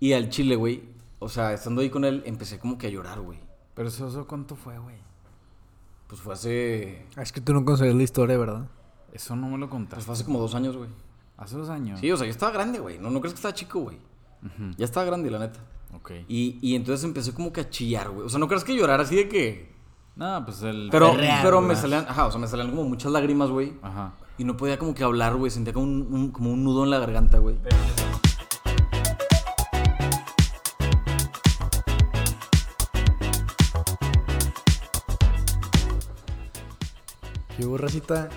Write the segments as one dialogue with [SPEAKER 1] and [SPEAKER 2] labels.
[SPEAKER 1] Y al chile, güey, o sea, estando ahí con él, empecé como que a llorar, güey.
[SPEAKER 2] Pero eso, eso cuánto fue, güey.
[SPEAKER 1] Pues fue hace.
[SPEAKER 3] Es que tú no conoces la historia, ¿verdad?
[SPEAKER 2] Eso no me lo
[SPEAKER 1] Pues
[SPEAKER 2] contaste.
[SPEAKER 1] fue hace como dos años, güey.
[SPEAKER 2] Hace dos años.
[SPEAKER 1] Sí, o sea, yo estaba grande, güey. No, no crees que estaba chico, güey.
[SPEAKER 2] Ujú.
[SPEAKER 1] Ya estaba grande, la neta.
[SPEAKER 2] Ok.
[SPEAKER 1] Y, y entonces empecé como que a chillar, güey. O sea, no crees que llorar así de que.
[SPEAKER 2] Nada, pues el.
[SPEAKER 1] Pero,
[SPEAKER 3] Perrear,
[SPEAKER 1] pero me
[SPEAKER 3] ¿verdad?
[SPEAKER 1] salían, ajá, o sea, me salían como muchas lágrimas, güey.
[SPEAKER 2] Ajá.
[SPEAKER 1] Y no podía como que hablar, güey. Sentía como un, un- como un nudo en la garganta, güey.
[SPEAKER 3] Y borracita,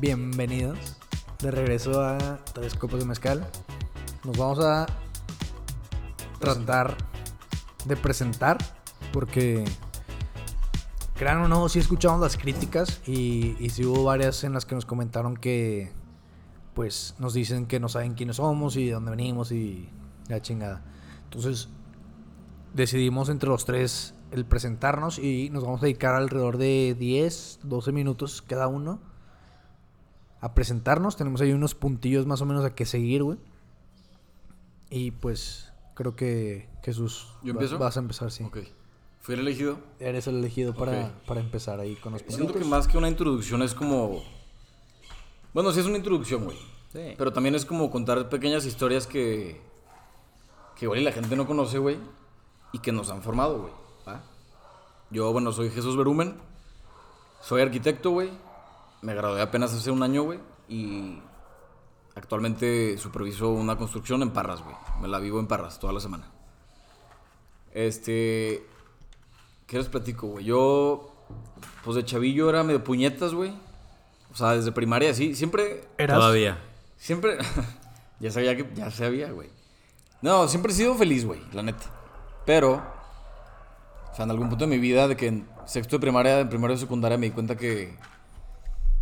[SPEAKER 3] bienvenidos de regreso a Tres Copos de Mezcal. Nos vamos a tratar de presentar, porque crean o no, sí escuchamos las críticas y, y sí hubo varias en las que nos comentaron que pues nos dicen que no saben quiénes somos y de dónde venimos y la chingada. Entonces decidimos entre los tres el presentarnos y nos vamos a dedicar alrededor de 10, 12 minutos cada uno a presentarnos. Tenemos ahí unos puntillos más o menos a que seguir, güey. Y pues creo que Jesús
[SPEAKER 1] ¿Yo
[SPEAKER 3] va-
[SPEAKER 1] empiezo?
[SPEAKER 3] vas a empezar, sí.
[SPEAKER 1] Ok. Fui el elegido.
[SPEAKER 3] Eres el elegido para,
[SPEAKER 1] Ok.
[SPEAKER 3] para empezar ahí con los
[SPEAKER 1] Eh, Siento que
[SPEAKER 3] puntitos.
[SPEAKER 1] más que una introducción es como. Bueno, sí es una introducción, güey.
[SPEAKER 3] Sí.
[SPEAKER 1] Pero también es como contar pequeñas historias que. que igual y la gente no conoce, güey. Y que nos han formado, güey. ¿va? Yo, bueno, soy Jesús Berumen. Soy arquitecto, güey. Me gradué apenas hace un año, güey. Y. actualmente superviso una construcción en Parras, güey. Me la vivo en Parras toda la semana. Este. ¿Qué les platico, güey? Yo, pues de chavillo era medio puñetas, güey. O sea, desde primaria, sí. Siempre,
[SPEAKER 3] ¿Eras?
[SPEAKER 2] Todavía.
[SPEAKER 1] siempre. ya sabía que, ya sabía, güey. No, siempre he sido feliz, güey, la neta. Pero, o sea, en algún punto de mi vida, de que en sexto de primaria, en primero de secundaria, me di cuenta que,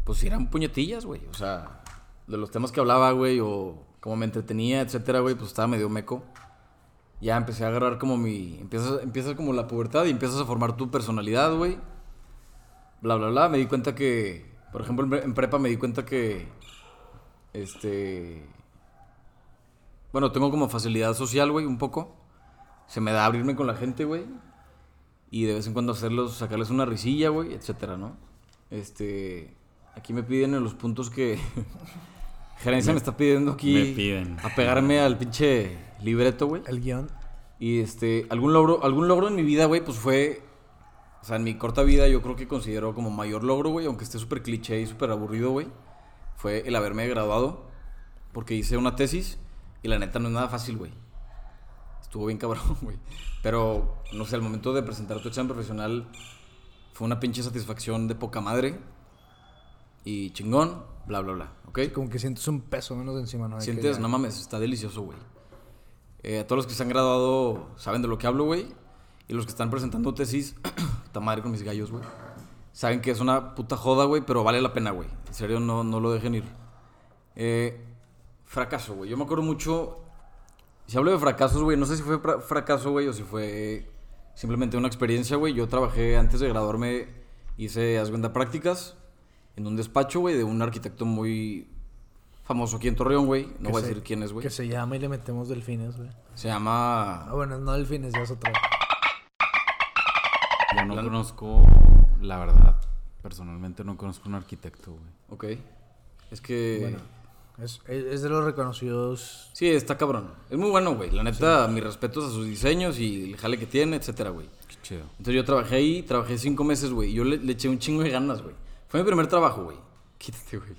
[SPEAKER 1] pues sí eran puñetillas, güey. O sea, de los temas que hablaba, güey, o cómo me entretenía, etcétera, güey, pues estaba medio meco. Ya empecé a agarrar como mi. Empiezas, empiezas como la pubertad y empiezas a formar tu personalidad, güey. Bla, bla, bla. Me di cuenta que. Por ejemplo, en pre- en prepa me di cuenta que. Este. Bueno, tengo como facilidad social, güey, un poco. Se me da abrirme con la gente, güey. Y de vez en cuando hacerlos, sacarles una risilla, güey, etcétera, ¿no? Este. Aquí me piden en los puntos que. Gerencia me, está pidiendo aquí.
[SPEAKER 2] me piden.
[SPEAKER 1] Apegarme al pinche libreto, güey.
[SPEAKER 3] El guión.
[SPEAKER 1] Y este, algún logro, algún logro en mi vida, güey, pues fue. O sea, en mi corta vida, yo creo que considero como mayor logro, güey, aunque esté súper cliché y súper aburrido, güey, fue el haberme graduado. Porque hice una tesis y la neta no es nada fácil, güey. Estuvo bien cabrón, güey. Pero, no sé, al momento de presentar tu examen profesional fue una pinche satisfacción de poca madre. Y chingón, bla, bla, bla, ¿ok?
[SPEAKER 3] Como que sientes un peso menos encima, ¿no? De que
[SPEAKER 1] Sientes,
[SPEAKER 3] ya-
[SPEAKER 1] no mames, está delicioso, güey. Eh, a todos los que se han graduado saben de lo que hablo, güey. Y los que están presentando tesis, está madre con mis gallos, güey. Saben que es una puta joda, güey, pero vale la pena, güey. En serio, no, no lo dejen ir. Eh, fracaso, güey. Yo me acuerdo mucho. Si hablo de fracasos, güey, no sé si fue fra- fracaso, güey, o si fue simplemente una experiencia, güey. Yo trabajé antes de graduarme, hice, haz cuenta, prácticas en un despacho, güey, de un arquitecto muy famoso aquí en Torreón, güey. No
[SPEAKER 3] que
[SPEAKER 1] voy a
[SPEAKER 3] se-
[SPEAKER 1] decir quién es, güey.
[SPEAKER 3] Que se llama y le metemos delfines, güey.
[SPEAKER 1] Se llama.
[SPEAKER 3] Ah, bueno, no delfines, ya es otra.
[SPEAKER 2] Yo no conozco, la verdad. Personalmente no conozco un arquitecto, güey.
[SPEAKER 1] Ok. Es que.
[SPEAKER 3] Bueno, es, es- es de los reconocidos.
[SPEAKER 1] Sí, está cabrón. Es muy bueno, güey. La neta, mis respetos a sus diseños y el jale que tiene, etcétera, güey.
[SPEAKER 2] Qué chido.
[SPEAKER 1] Entonces yo trabajé ahí, trabajé cinco meses, güey. Yo le, le eché un chingo de ganas, güey. Fue mi primer trabajo, güey. Quítate, güey.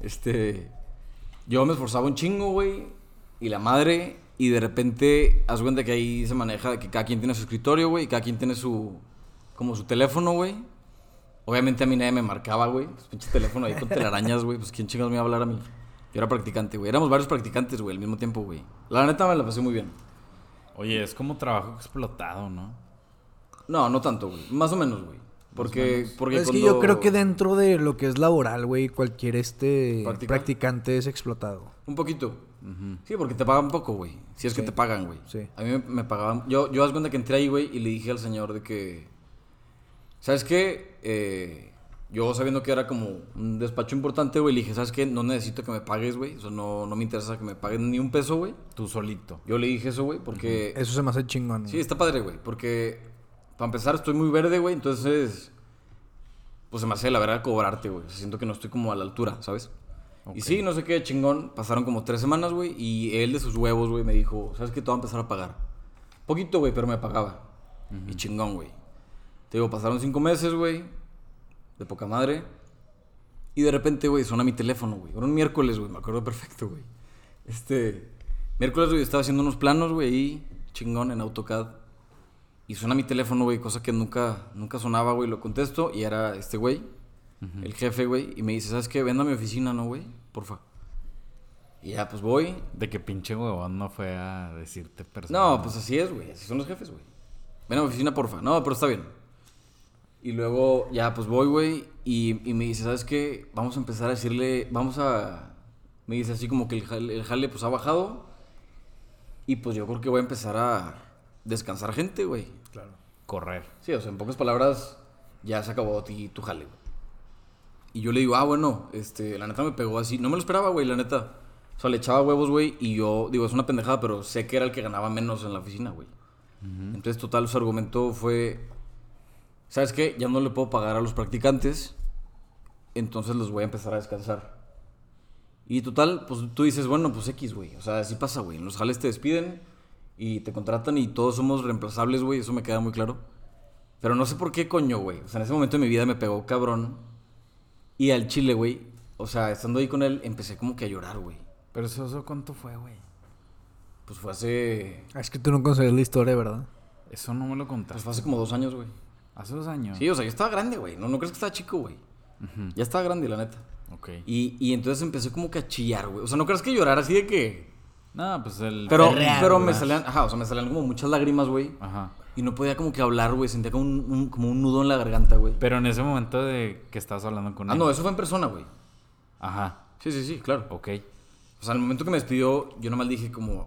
[SPEAKER 1] Este. Yo me esforzaba un chingo, güey. Y la madre. Y de repente, haz cuenta que ahí se maneja de que cada quien tiene su escritorio, güey. Y cada quien tiene su. Como su teléfono, güey. Obviamente a mí nadie me marcaba, güey. Pues pinche teléfono ahí con telarañas, güey. Pues quién chingados me iba a hablar a mí. Yo era practicante, güey. Éramos varios practicantes, güey, al mismo tiempo, güey. La neta me la pasé muy bien.
[SPEAKER 2] Oye, es como trabajo explotado, ¿no?
[SPEAKER 1] No, no tanto, güey. Más o menos, güey. Porque, porque
[SPEAKER 3] es que
[SPEAKER 1] cuando-
[SPEAKER 3] yo creo que dentro de lo que es laboral, güey, cualquier este
[SPEAKER 1] ¿Practicante?
[SPEAKER 3] practicante es explotado.
[SPEAKER 1] Un poquito. Sí, porque te pagan poco, güey. Si es que te pagan, güey.
[SPEAKER 3] Sí.
[SPEAKER 1] A mí me, me pagaban... Yo, yo haz cuenta que entré ahí, güey, y le dije al señor de que... ¿Sabes qué? Eh, Yo sabiendo que era como un despacho importante, güey, le dije, ¿sabes qué? No necesito que me pagues, güey. Eso no, no me interesa que me paguen ni un peso, güey.
[SPEAKER 2] Tú solito.
[SPEAKER 1] Yo le dije eso, güey, porque...
[SPEAKER 3] Eso se me hace chingón.
[SPEAKER 1] Sí, está padre, güey, porque para empezar estoy muy verde, güey, entonces pues se me hace la verdad cobrarte, güey. Siento que no estoy como a la altura, ¿sabes? Y sí, no sé qué chingón. Pasaron como tres semanas, güey, y él de sus huevos, güey, me dijo, ¿sabes qué? Te voy a empezar a pagar. Poquito, güey, pero me pagaba. Y chingón, güey. Te digo, pasaron cinco meses, güey, de poca madre. Y de repente, güey, suena mi teléfono, güey. Era un miércoles, güey, me acuerdo perfecto, güey. Este, miércoles, güey, estaba haciendo unos planos, güey, ahí, chingón, en AutoCAD. Y suena mi teléfono, güey, cosa que nunca, nunca sonaba, güey. Lo contesto y era este güey, el jefe, güey. Y me dice, ¿sabes qué? Ven a mi oficina, ¿no, güey? Porfa. Y ya, pues voy.
[SPEAKER 2] De que pinche huevón no fue a decirte personal.
[SPEAKER 1] No, pues así es, güey. Así son los jefes, güey. Ven a mi oficina, porfa. No, pero está bien. Y luego, ya, pues voy, güey. Y, y me dice, ¿sabes qué? Vamos a empezar a decirle, vamos a... Me dice así como que el jale, el jale pues ha bajado. Y pues yo creo que voy a empezar a descansar gente, güey.
[SPEAKER 3] Claro.
[SPEAKER 2] Correr.
[SPEAKER 1] Sí, o sea, en pocas palabras, ya se acabó ti tu jale, güey. Y yo le digo, ah, bueno, este, la neta me pegó así. No me lo esperaba, güey, la neta. O sea, le echaba huevos, güey, y yo, digo, es una pendejada, pero sé que era el que ganaba menos en la oficina, güey. Entonces, total, su argumento fue, ¿sabes qué? Ya no le puedo pagar a los practicantes, entonces los voy a empezar a descansar. Y total, pues tú dices, bueno, pues X, güey. O sea, así pasa, güey. En los jales te despiden y te contratan y todos somos reemplazables, güey. Eso me queda muy claro. Pero no sé por qué coño, güey. O sea, en ese momento de mi vida me pegó cabrón. Y al chile, güey. O sea, estando ahí con él, empecé como que a llorar, güey.
[SPEAKER 2] Pero eso, eso cuánto fue, güey.
[SPEAKER 1] Pues fue hace.
[SPEAKER 3] Ah, Es que tú no conoces la historia, ¿verdad?
[SPEAKER 2] Eso no me lo
[SPEAKER 1] Pues
[SPEAKER 2] contaste.
[SPEAKER 1] fue hace como dos años, güey.
[SPEAKER 2] Hace dos años.
[SPEAKER 1] Sí, o sea, yo estaba grande, güey. No, no crees que estaba chico, güey.
[SPEAKER 2] Ujú.
[SPEAKER 1] Ya estaba grande, la neta.
[SPEAKER 2] Ok.
[SPEAKER 1] Y, y entonces empecé como que a chillar, güey. O sea, no crees que llorar así de que.
[SPEAKER 2] Nada, pues el.
[SPEAKER 1] Pero,
[SPEAKER 2] Ferrear,
[SPEAKER 1] pero me
[SPEAKER 2] ¿verdad?
[SPEAKER 1] salían. Ajá, o sea, me salían como muchas lágrimas, güey.
[SPEAKER 2] Ajá.
[SPEAKER 1] Y no podía como que hablar, güey. Sentía como un, un- como un nudo en la garganta, güey.
[SPEAKER 2] Pero en ese momento de que estabas hablando con
[SPEAKER 1] Ah,
[SPEAKER 2] él.
[SPEAKER 1] no, eso fue en persona, güey.
[SPEAKER 2] Ajá.
[SPEAKER 1] Sí, sí, sí, claro.
[SPEAKER 2] Ok.
[SPEAKER 1] O sea, al momento que me despidió, yo nomás dije como...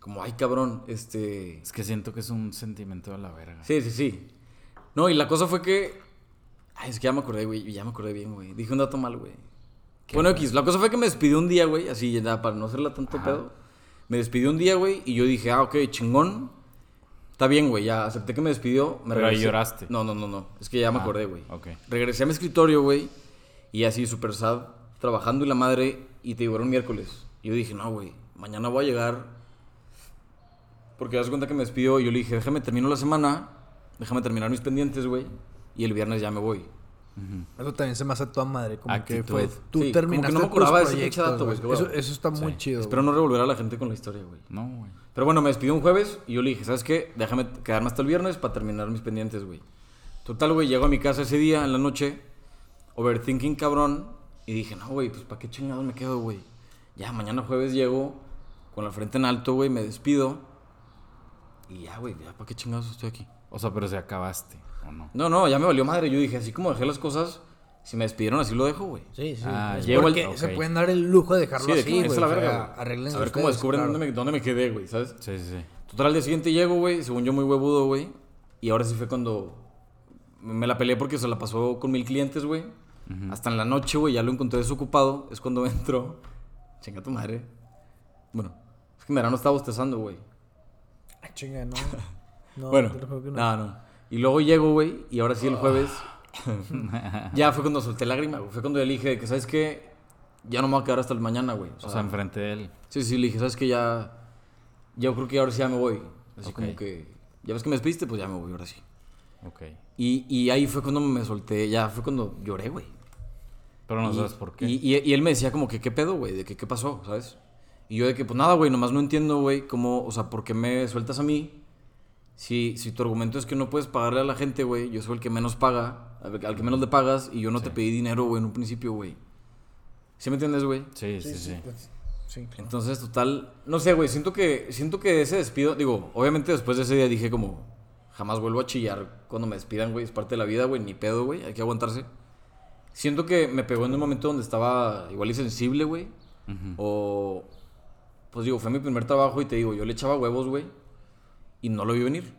[SPEAKER 1] Como, ay, cabrón, este...
[SPEAKER 2] Es que siento que es un sentimiento de la verga.
[SPEAKER 1] Sí, sí, sí. No, y la cosa fue que... Ay, es que ya me acordé, güey. Ya me acordé bien, güey. Dije un dato mal, güey. Bueno, X, la cosa fue que me despidió un día, güey. Así, ya nada, para no hacerla tanto pedo. Me despidió un día, güey. Y yo dije, ah, ok, chingón. Está bien, güey. Ya acepté que me despidió. Me
[SPEAKER 2] Pero ahí
[SPEAKER 1] regresé.
[SPEAKER 2] lloraste.
[SPEAKER 1] No, no, no, no. Es que ya me
[SPEAKER 2] Ah,
[SPEAKER 1] acordé, güey.
[SPEAKER 2] ok.
[SPEAKER 1] Regresé a mi escritorio, güey. Y así, super sad, trabajando y la madre. Y te digo, era un miércoles. Y yo dije, no, güey. Mañana voy a llegar porque das cuenta que me despidió y yo le dije, déjame termino la semana, déjame terminar mis pendientes, güey, y el viernes ya me voy.
[SPEAKER 3] Eso también se me hace a toda madre. Como que
[SPEAKER 2] Actitud.
[SPEAKER 3] fue. Tú
[SPEAKER 1] Sí, como que no me
[SPEAKER 3] terminaste tus
[SPEAKER 1] acordaba de ese
[SPEAKER 3] proyectos,
[SPEAKER 1] pinche dato,
[SPEAKER 3] güey.
[SPEAKER 1] güey, qué
[SPEAKER 3] Eso,
[SPEAKER 1] huevo.
[SPEAKER 3] eso está muy chido.
[SPEAKER 1] Espero no revolver a la gente con la historia, güey.
[SPEAKER 2] No, güey.
[SPEAKER 1] Pero bueno, me despidió un jueves y yo le dije, ¿sabes qué? Déjame quedarme hasta el viernes para terminar mis pendientes, güey. Total, güey, llego a mi casa ese día, en la noche, overthinking cabrón, y dije, no, güey, pues ¿para qué chingados me quedo, güey? Ya, mañana jueves llego con la frente en alto, güey, me despido. Y ya, güey, ya, ¿para qué chingados estoy aquí?
[SPEAKER 2] O sea, pero se acabaste, ¿o no?
[SPEAKER 1] No, no, ya me valió madre. Yo dije, así como dejé las cosas, si me despidieron así lo dejo, güey.
[SPEAKER 3] Sí, sí.
[SPEAKER 2] Ah,
[SPEAKER 3] es
[SPEAKER 1] llevo
[SPEAKER 3] porque
[SPEAKER 1] el-
[SPEAKER 3] se
[SPEAKER 2] ok.
[SPEAKER 3] pueden dar el lujo de dejarlo
[SPEAKER 1] Sí, de
[SPEAKER 3] así,
[SPEAKER 1] que
[SPEAKER 3] güey.
[SPEAKER 1] es la
[SPEAKER 3] o sea,
[SPEAKER 1] verga, güey.
[SPEAKER 3] arreglen
[SPEAKER 1] A ver cómo
[SPEAKER 3] ustedes,
[SPEAKER 1] descubren
[SPEAKER 3] claro.
[SPEAKER 1] dónde, me, dónde me quedé, güey, ¿sabes?
[SPEAKER 2] Sí, sí, sí.
[SPEAKER 1] Total, al día siguiente llego, güey, según yo muy huevudo, güey. Y ahora sí fue cuando me la peleé porque se la pasó con mil clientes, güey. Hasta en la noche, güey, ya lo encontré desocupado. Es cuando entró. Chinga tu madre. Bueno, es que en verano estaba bostezando, güey.
[SPEAKER 3] Ah, chinga, no. No,
[SPEAKER 1] bueno, Ah,
[SPEAKER 3] te lo juro que no.
[SPEAKER 1] no, no. Y luego llego, güey, y ahora sí el jueves. ya fue cuando solté lágrima, güey. Fue cuando yo le dije de que, ¿sabes qué? Ya no me voy a quedar hasta el mañana, güey.
[SPEAKER 2] O sea, enfrente de él.
[SPEAKER 1] sí, sí, le dije, ¿sabes qué? Ya. Yo creo que ahora sí ya me voy. Así
[SPEAKER 2] Ok.
[SPEAKER 1] como que. Ya ves que me despiste, pues ya me voy, ahora sí.
[SPEAKER 2] Ok.
[SPEAKER 1] Y, y ahí fue cuando me solté, ya fue cuando lloré, güey.
[SPEAKER 2] Pero no
[SPEAKER 1] Y-
[SPEAKER 2] sabes por qué.
[SPEAKER 1] Y, y- y él me decía como que, ¿qué pedo, güey? ¿De que, qué pasó? ¿Sabes? Y yo de que, pues nada, güey, nomás no entiendo, güey, cómo, o sea, ¿por qué me sueltas a mí? Si, si tu argumento es que no puedes pagarle a la gente, güey, yo soy el que menos paga, al al que menos le pagas, y yo no te pedí dinero, güey, en un principio, güey. ¿Sí me entiendes, güey?
[SPEAKER 2] Sí, sí, sí.
[SPEAKER 3] Sí, claro.
[SPEAKER 1] Entonces, total, no sé, güey, siento que, siento que ese despido, digo, obviamente después de ese día dije como, jamás vuelvo a chillar cuando me despidan, güey, es parte de la vida, güey, ni pedo, güey, hay que aguantarse. Siento que me pegó en un momento donde estaba igual y sensible, güey, o, pues digo, fue mi primer trabajo y te digo, yo le echaba huevos, güey, y no lo vi venir.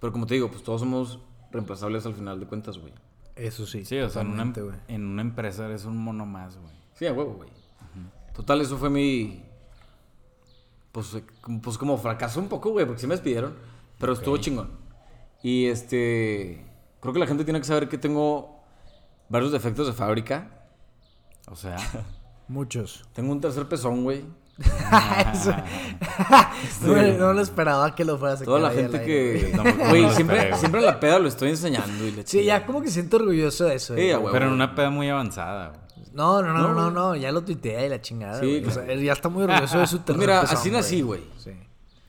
[SPEAKER 1] Pero como te digo, pues todos somos reemplazables al final de cuentas, güey.
[SPEAKER 3] Eso sí.
[SPEAKER 2] Sí, o sea, en una, em
[SPEAKER 3] totalmente, güey.
[SPEAKER 2] en una empresa eres un mono más, güey.
[SPEAKER 1] Sí, a huevo, güey. Total, eso fue mi. Pues, eh, como- pues como fracaso un poco, güey, porque sí me despidieron. Pero estuvo chingón. Y este. Creo que la gente tiene que saber que tengo varios defectos de fábrica.
[SPEAKER 2] O sea,
[SPEAKER 3] Muchos.
[SPEAKER 1] Tengo un tercer pezón, güey.
[SPEAKER 3] Eso- no, me- no lo esperaba que lo fuera a sacar
[SPEAKER 1] Toda la
[SPEAKER 3] ahí al
[SPEAKER 1] gente
[SPEAKER 3] aire, güey.
[SPEAKER 1] que.
[SPEAKER 2] Tampoco
[SPEAKER 1] Güey,
[SPEAKER 2] me lo esperé,
[SPEAKER 1] siempre,
[SPEAKER 2] güey.
[SPEAKER 1] siempre la peda lo estoy enseñando. Y la
[SPEAKER 3] Sí,
[SPEAKER 1] chingada.
[SPEAKER 3] ya como que siento orgulloso de eso.
[SPEAKER 1] Sí,
[SPEAKER 3] güey.
[SPEAKER 1] a huevo,
[SPEAKER 2] pero en
[SPEAKER 1] güey.
[SPEAKER 2] una peda muy avanzada, güey.
[SPEAKER 3] No, no, no, no,
[SPEAKER 1] No,
[SPEAKER 3] no,
[SPEAKER 1] güey.
[SPEAKER 3] no, ya lo tuiteé y la chingada.
[SPEAKER 1] Sí,
[SPEAKER 3] güey. O sea,
[SPEAKER 1] claro.
[SPEAKER 3] él ya está muy orgulloso de su tercer
[SPEAKER 1] Mira,
[SPEAKER 3] pezón,
[SPEAKER 1] así nací, güey.
[SPEAKER 3] Sí.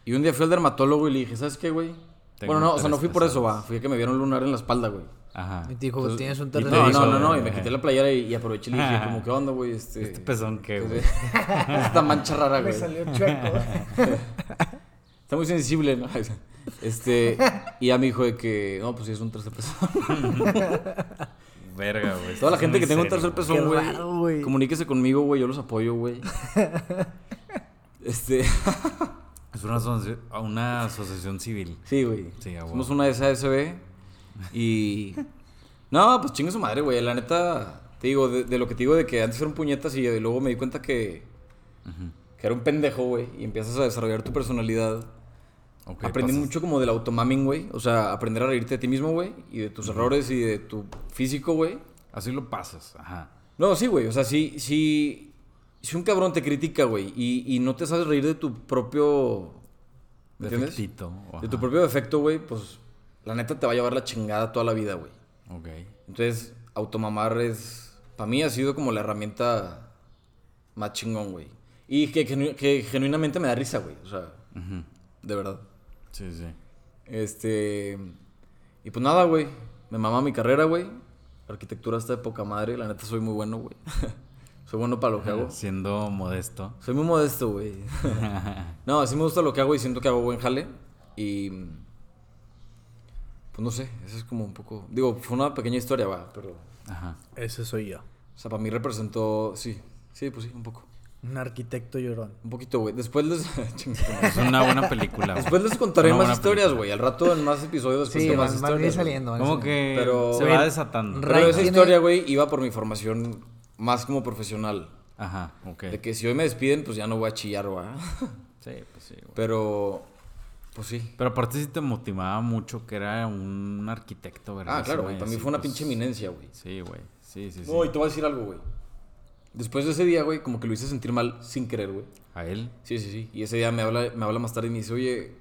[SPEAKER 1] Y un día fui al dermatólogo y le dije, ¿sabes qué, güey?
[SPEAKER 2] Tengo
[SPEAKER 1] Bueno, no, o sea, no
[SPEAKER 2] tres
[SPEAKER 1] fui por eso,
[SPEAKER 2] pezones.
[SPEAKER 1] va. Fui a que me vieron lunar en la espalda, güey.
[SPEAKER 2] Ajá.
[SPEAKER 3] Y te dijo,
[SPEAKER 1] Entonces-
[SPEAKER 3] tienes un
[SPEAKER 1] Y
[SPEAKER 3] tercer
[SPEAKER 1] no,
[SPEAKER 3] pezón.
[SPEAKER 1] no, no, no,
[SPEAKER 2] güey.
[SPEAKER 1] y me quité la playera y, y aproveché y le dije, como, ¿qué onda, güey? Este,
[SPEAKER 2] Este pezón que, güey.
[SPEAKER 1] entonces, Esta mancha rara,
[SPEAKER 3] Me
[SPEAKER 1] güey.
[SPEAKER 3] salió chueco.
[SPEAKER 1] Está muy sensible, ¿no? Este, y ya me dijo de que, no, pues sí, es un tercer pezón.
[SPEAKER 2] Verga, güey.
[SPEAKER 1] Toda la
[SPEAKER 2] estás
[SPEAKER 1] gente
[SPEAKER 2] muy
[SPEAKER 1] que tenga un tercer
[SPEAKER 2] serio, güey.
[SPEAKER 1] pezón,
[SPEAKER 3] Qué
[SPEAKER 1] güey,
[SPEAKER 3] raro, güey.
[SPEAKER 1] comuníquese conmigo, güey, yo los apoyo, güey. Este,
[SPEAKER 2] Es una, asoci- una asociación civil.
[SPEAKER 1] sí, güey.
[SPEAKER 2] Sí, a huevo.
[SPEAKER 1] Somos una SASB y... No, pues chingue su madre, güey. La neta, te digo, de, de lo que te digo de que antes eran puñetas y luego me di cuenta que... Que era un pendejo, güey, y empiezas a desarrollar tu personalidad.
[SPEAKER 2] Ok,
[SPEAKER 1] Aprendí
[SPEAKER 2] pasas-
[SPEAKER 1] mucho como del automamming, güey. O sea, aprender a reírte de ti mismo, güey. Y de tus errores y de tu físico, güey.
[SPEAKER 2] Así lo pasas, ajá.
[SPEAKER 1] No, sí, güey. O sea, si, si, si un cabrón te critica, güey, y, y no te sabes reír de tu propio... ¿Me entiendes?
[SPEAKER 2] Defectito,
[SPEAKER 1] De
[SPEAKER 2] ajá.
[SPEAKER 1] tu propio defecto, güey, pues la neta te va a llevar la chingada toda la vida, güey.
[SPEAKER 2] Ok.
[SPEAKER 1] Entonces, automamar es... Para mí ha sido como la herramienta más chingón, güey. Y que, genu- que genuinamente me da risa, güey. O sea,
[SPEAKER 2] Ujú.
[SPEAKER 1] de verdad.
[SPEAKER 2] Sí, sí.
[SPEAKER 1] Este. Y pues nada, güey. Me mama mi carrera, güey. La arquitectura está de poca madre. La neta soy muy bueno, güey. soy bueno para lo que hago.
[SPEAKER 2] Siendo modesto.
[SPEAKER 1] Soy muy modesto, güey. no, así me gusta lo que hago y siento que hago buen jale. Y. Pues no sé, eso es como un poco. Digo, fue una pequeña historia, va, pero. O
[SPEAKER 2] Ajá.
[SPEAKER 3] Ese soy yo.
[SPEAKER 1] sea, para mí representó. Sí, sí, pues sí, un poco.
[SPEAKER 3] Un arquitecto llorón.
[SPEAKER 1] Un poquito, güey. Después les. Chinga,
[SPEAKER 2] Es una buena película. güey.
[SPEAKER 1] después les contaré
[SPEAKER 2] Una
[SPEAKER 1] más
[SPEAKER 2] buena
[SPEAKER 1] historias, güey. Al rato en más episodios les
[SPEAKER 3] Sí,
[SPEAKER 1] cuento
[SPEAKER 3] van,
[SPEAKER 1] más
[SPEAKER 3] van a ir
[SPEAKER 1] historias. güey.
[SPEAKER 3] saliendo. van a ir
[SPEAKER 2] Como
[SPEAKER 3] saliendo.
[SPEAKER 2] que
[SPEAKER 1] Pero-
[SPEAKER 2] se
[SPEAKER 1] Oye,
[SPEAKER 2] va desatando.
[SPEAKER 1] Pero
[SPEAKER 3] Ray
[SPEAKER 1] esa
[SPEAKER 3] tiene-
[SPEAKER 1] historia, güey, iba por mi formación más como profesional.
[SPEAKER 2] Ajá, ok.
[SPEAKER 1] De que si hoy me despiden, pues ya no voy a chillar, va.
[SPEAKER 2] Sí, pues sí, güey.
[SPEAKER 1] Pero, pues sí.
[SPEAKER 2] Pero aparte sí te motivaba mucho que era un arquitecto, ¿verdad?
[SPEAKER 1] Ah, claro, güey.
[SPEAKER 2] Ese
[SPEAKER 1] Para mí
[SPEAKER 2] así,
[SPEAKER 1] fue una
[SPEAKER 2] pues,
[SPEAKER 1] pinche eminencia, güey.
[SPEAKER 2] Sí, güey. Sí, sí, sí.
[SPEAKER 1] No, y te voy a decir algo, güey. Después de ese día, güey, como que lo hice sentir mal sin querer, güey.
[SPEAKER 2] A él.
[SPEAKER 1] Sí, sí, sí. Y ese día me habla, me habla más tarde y me dice, oye,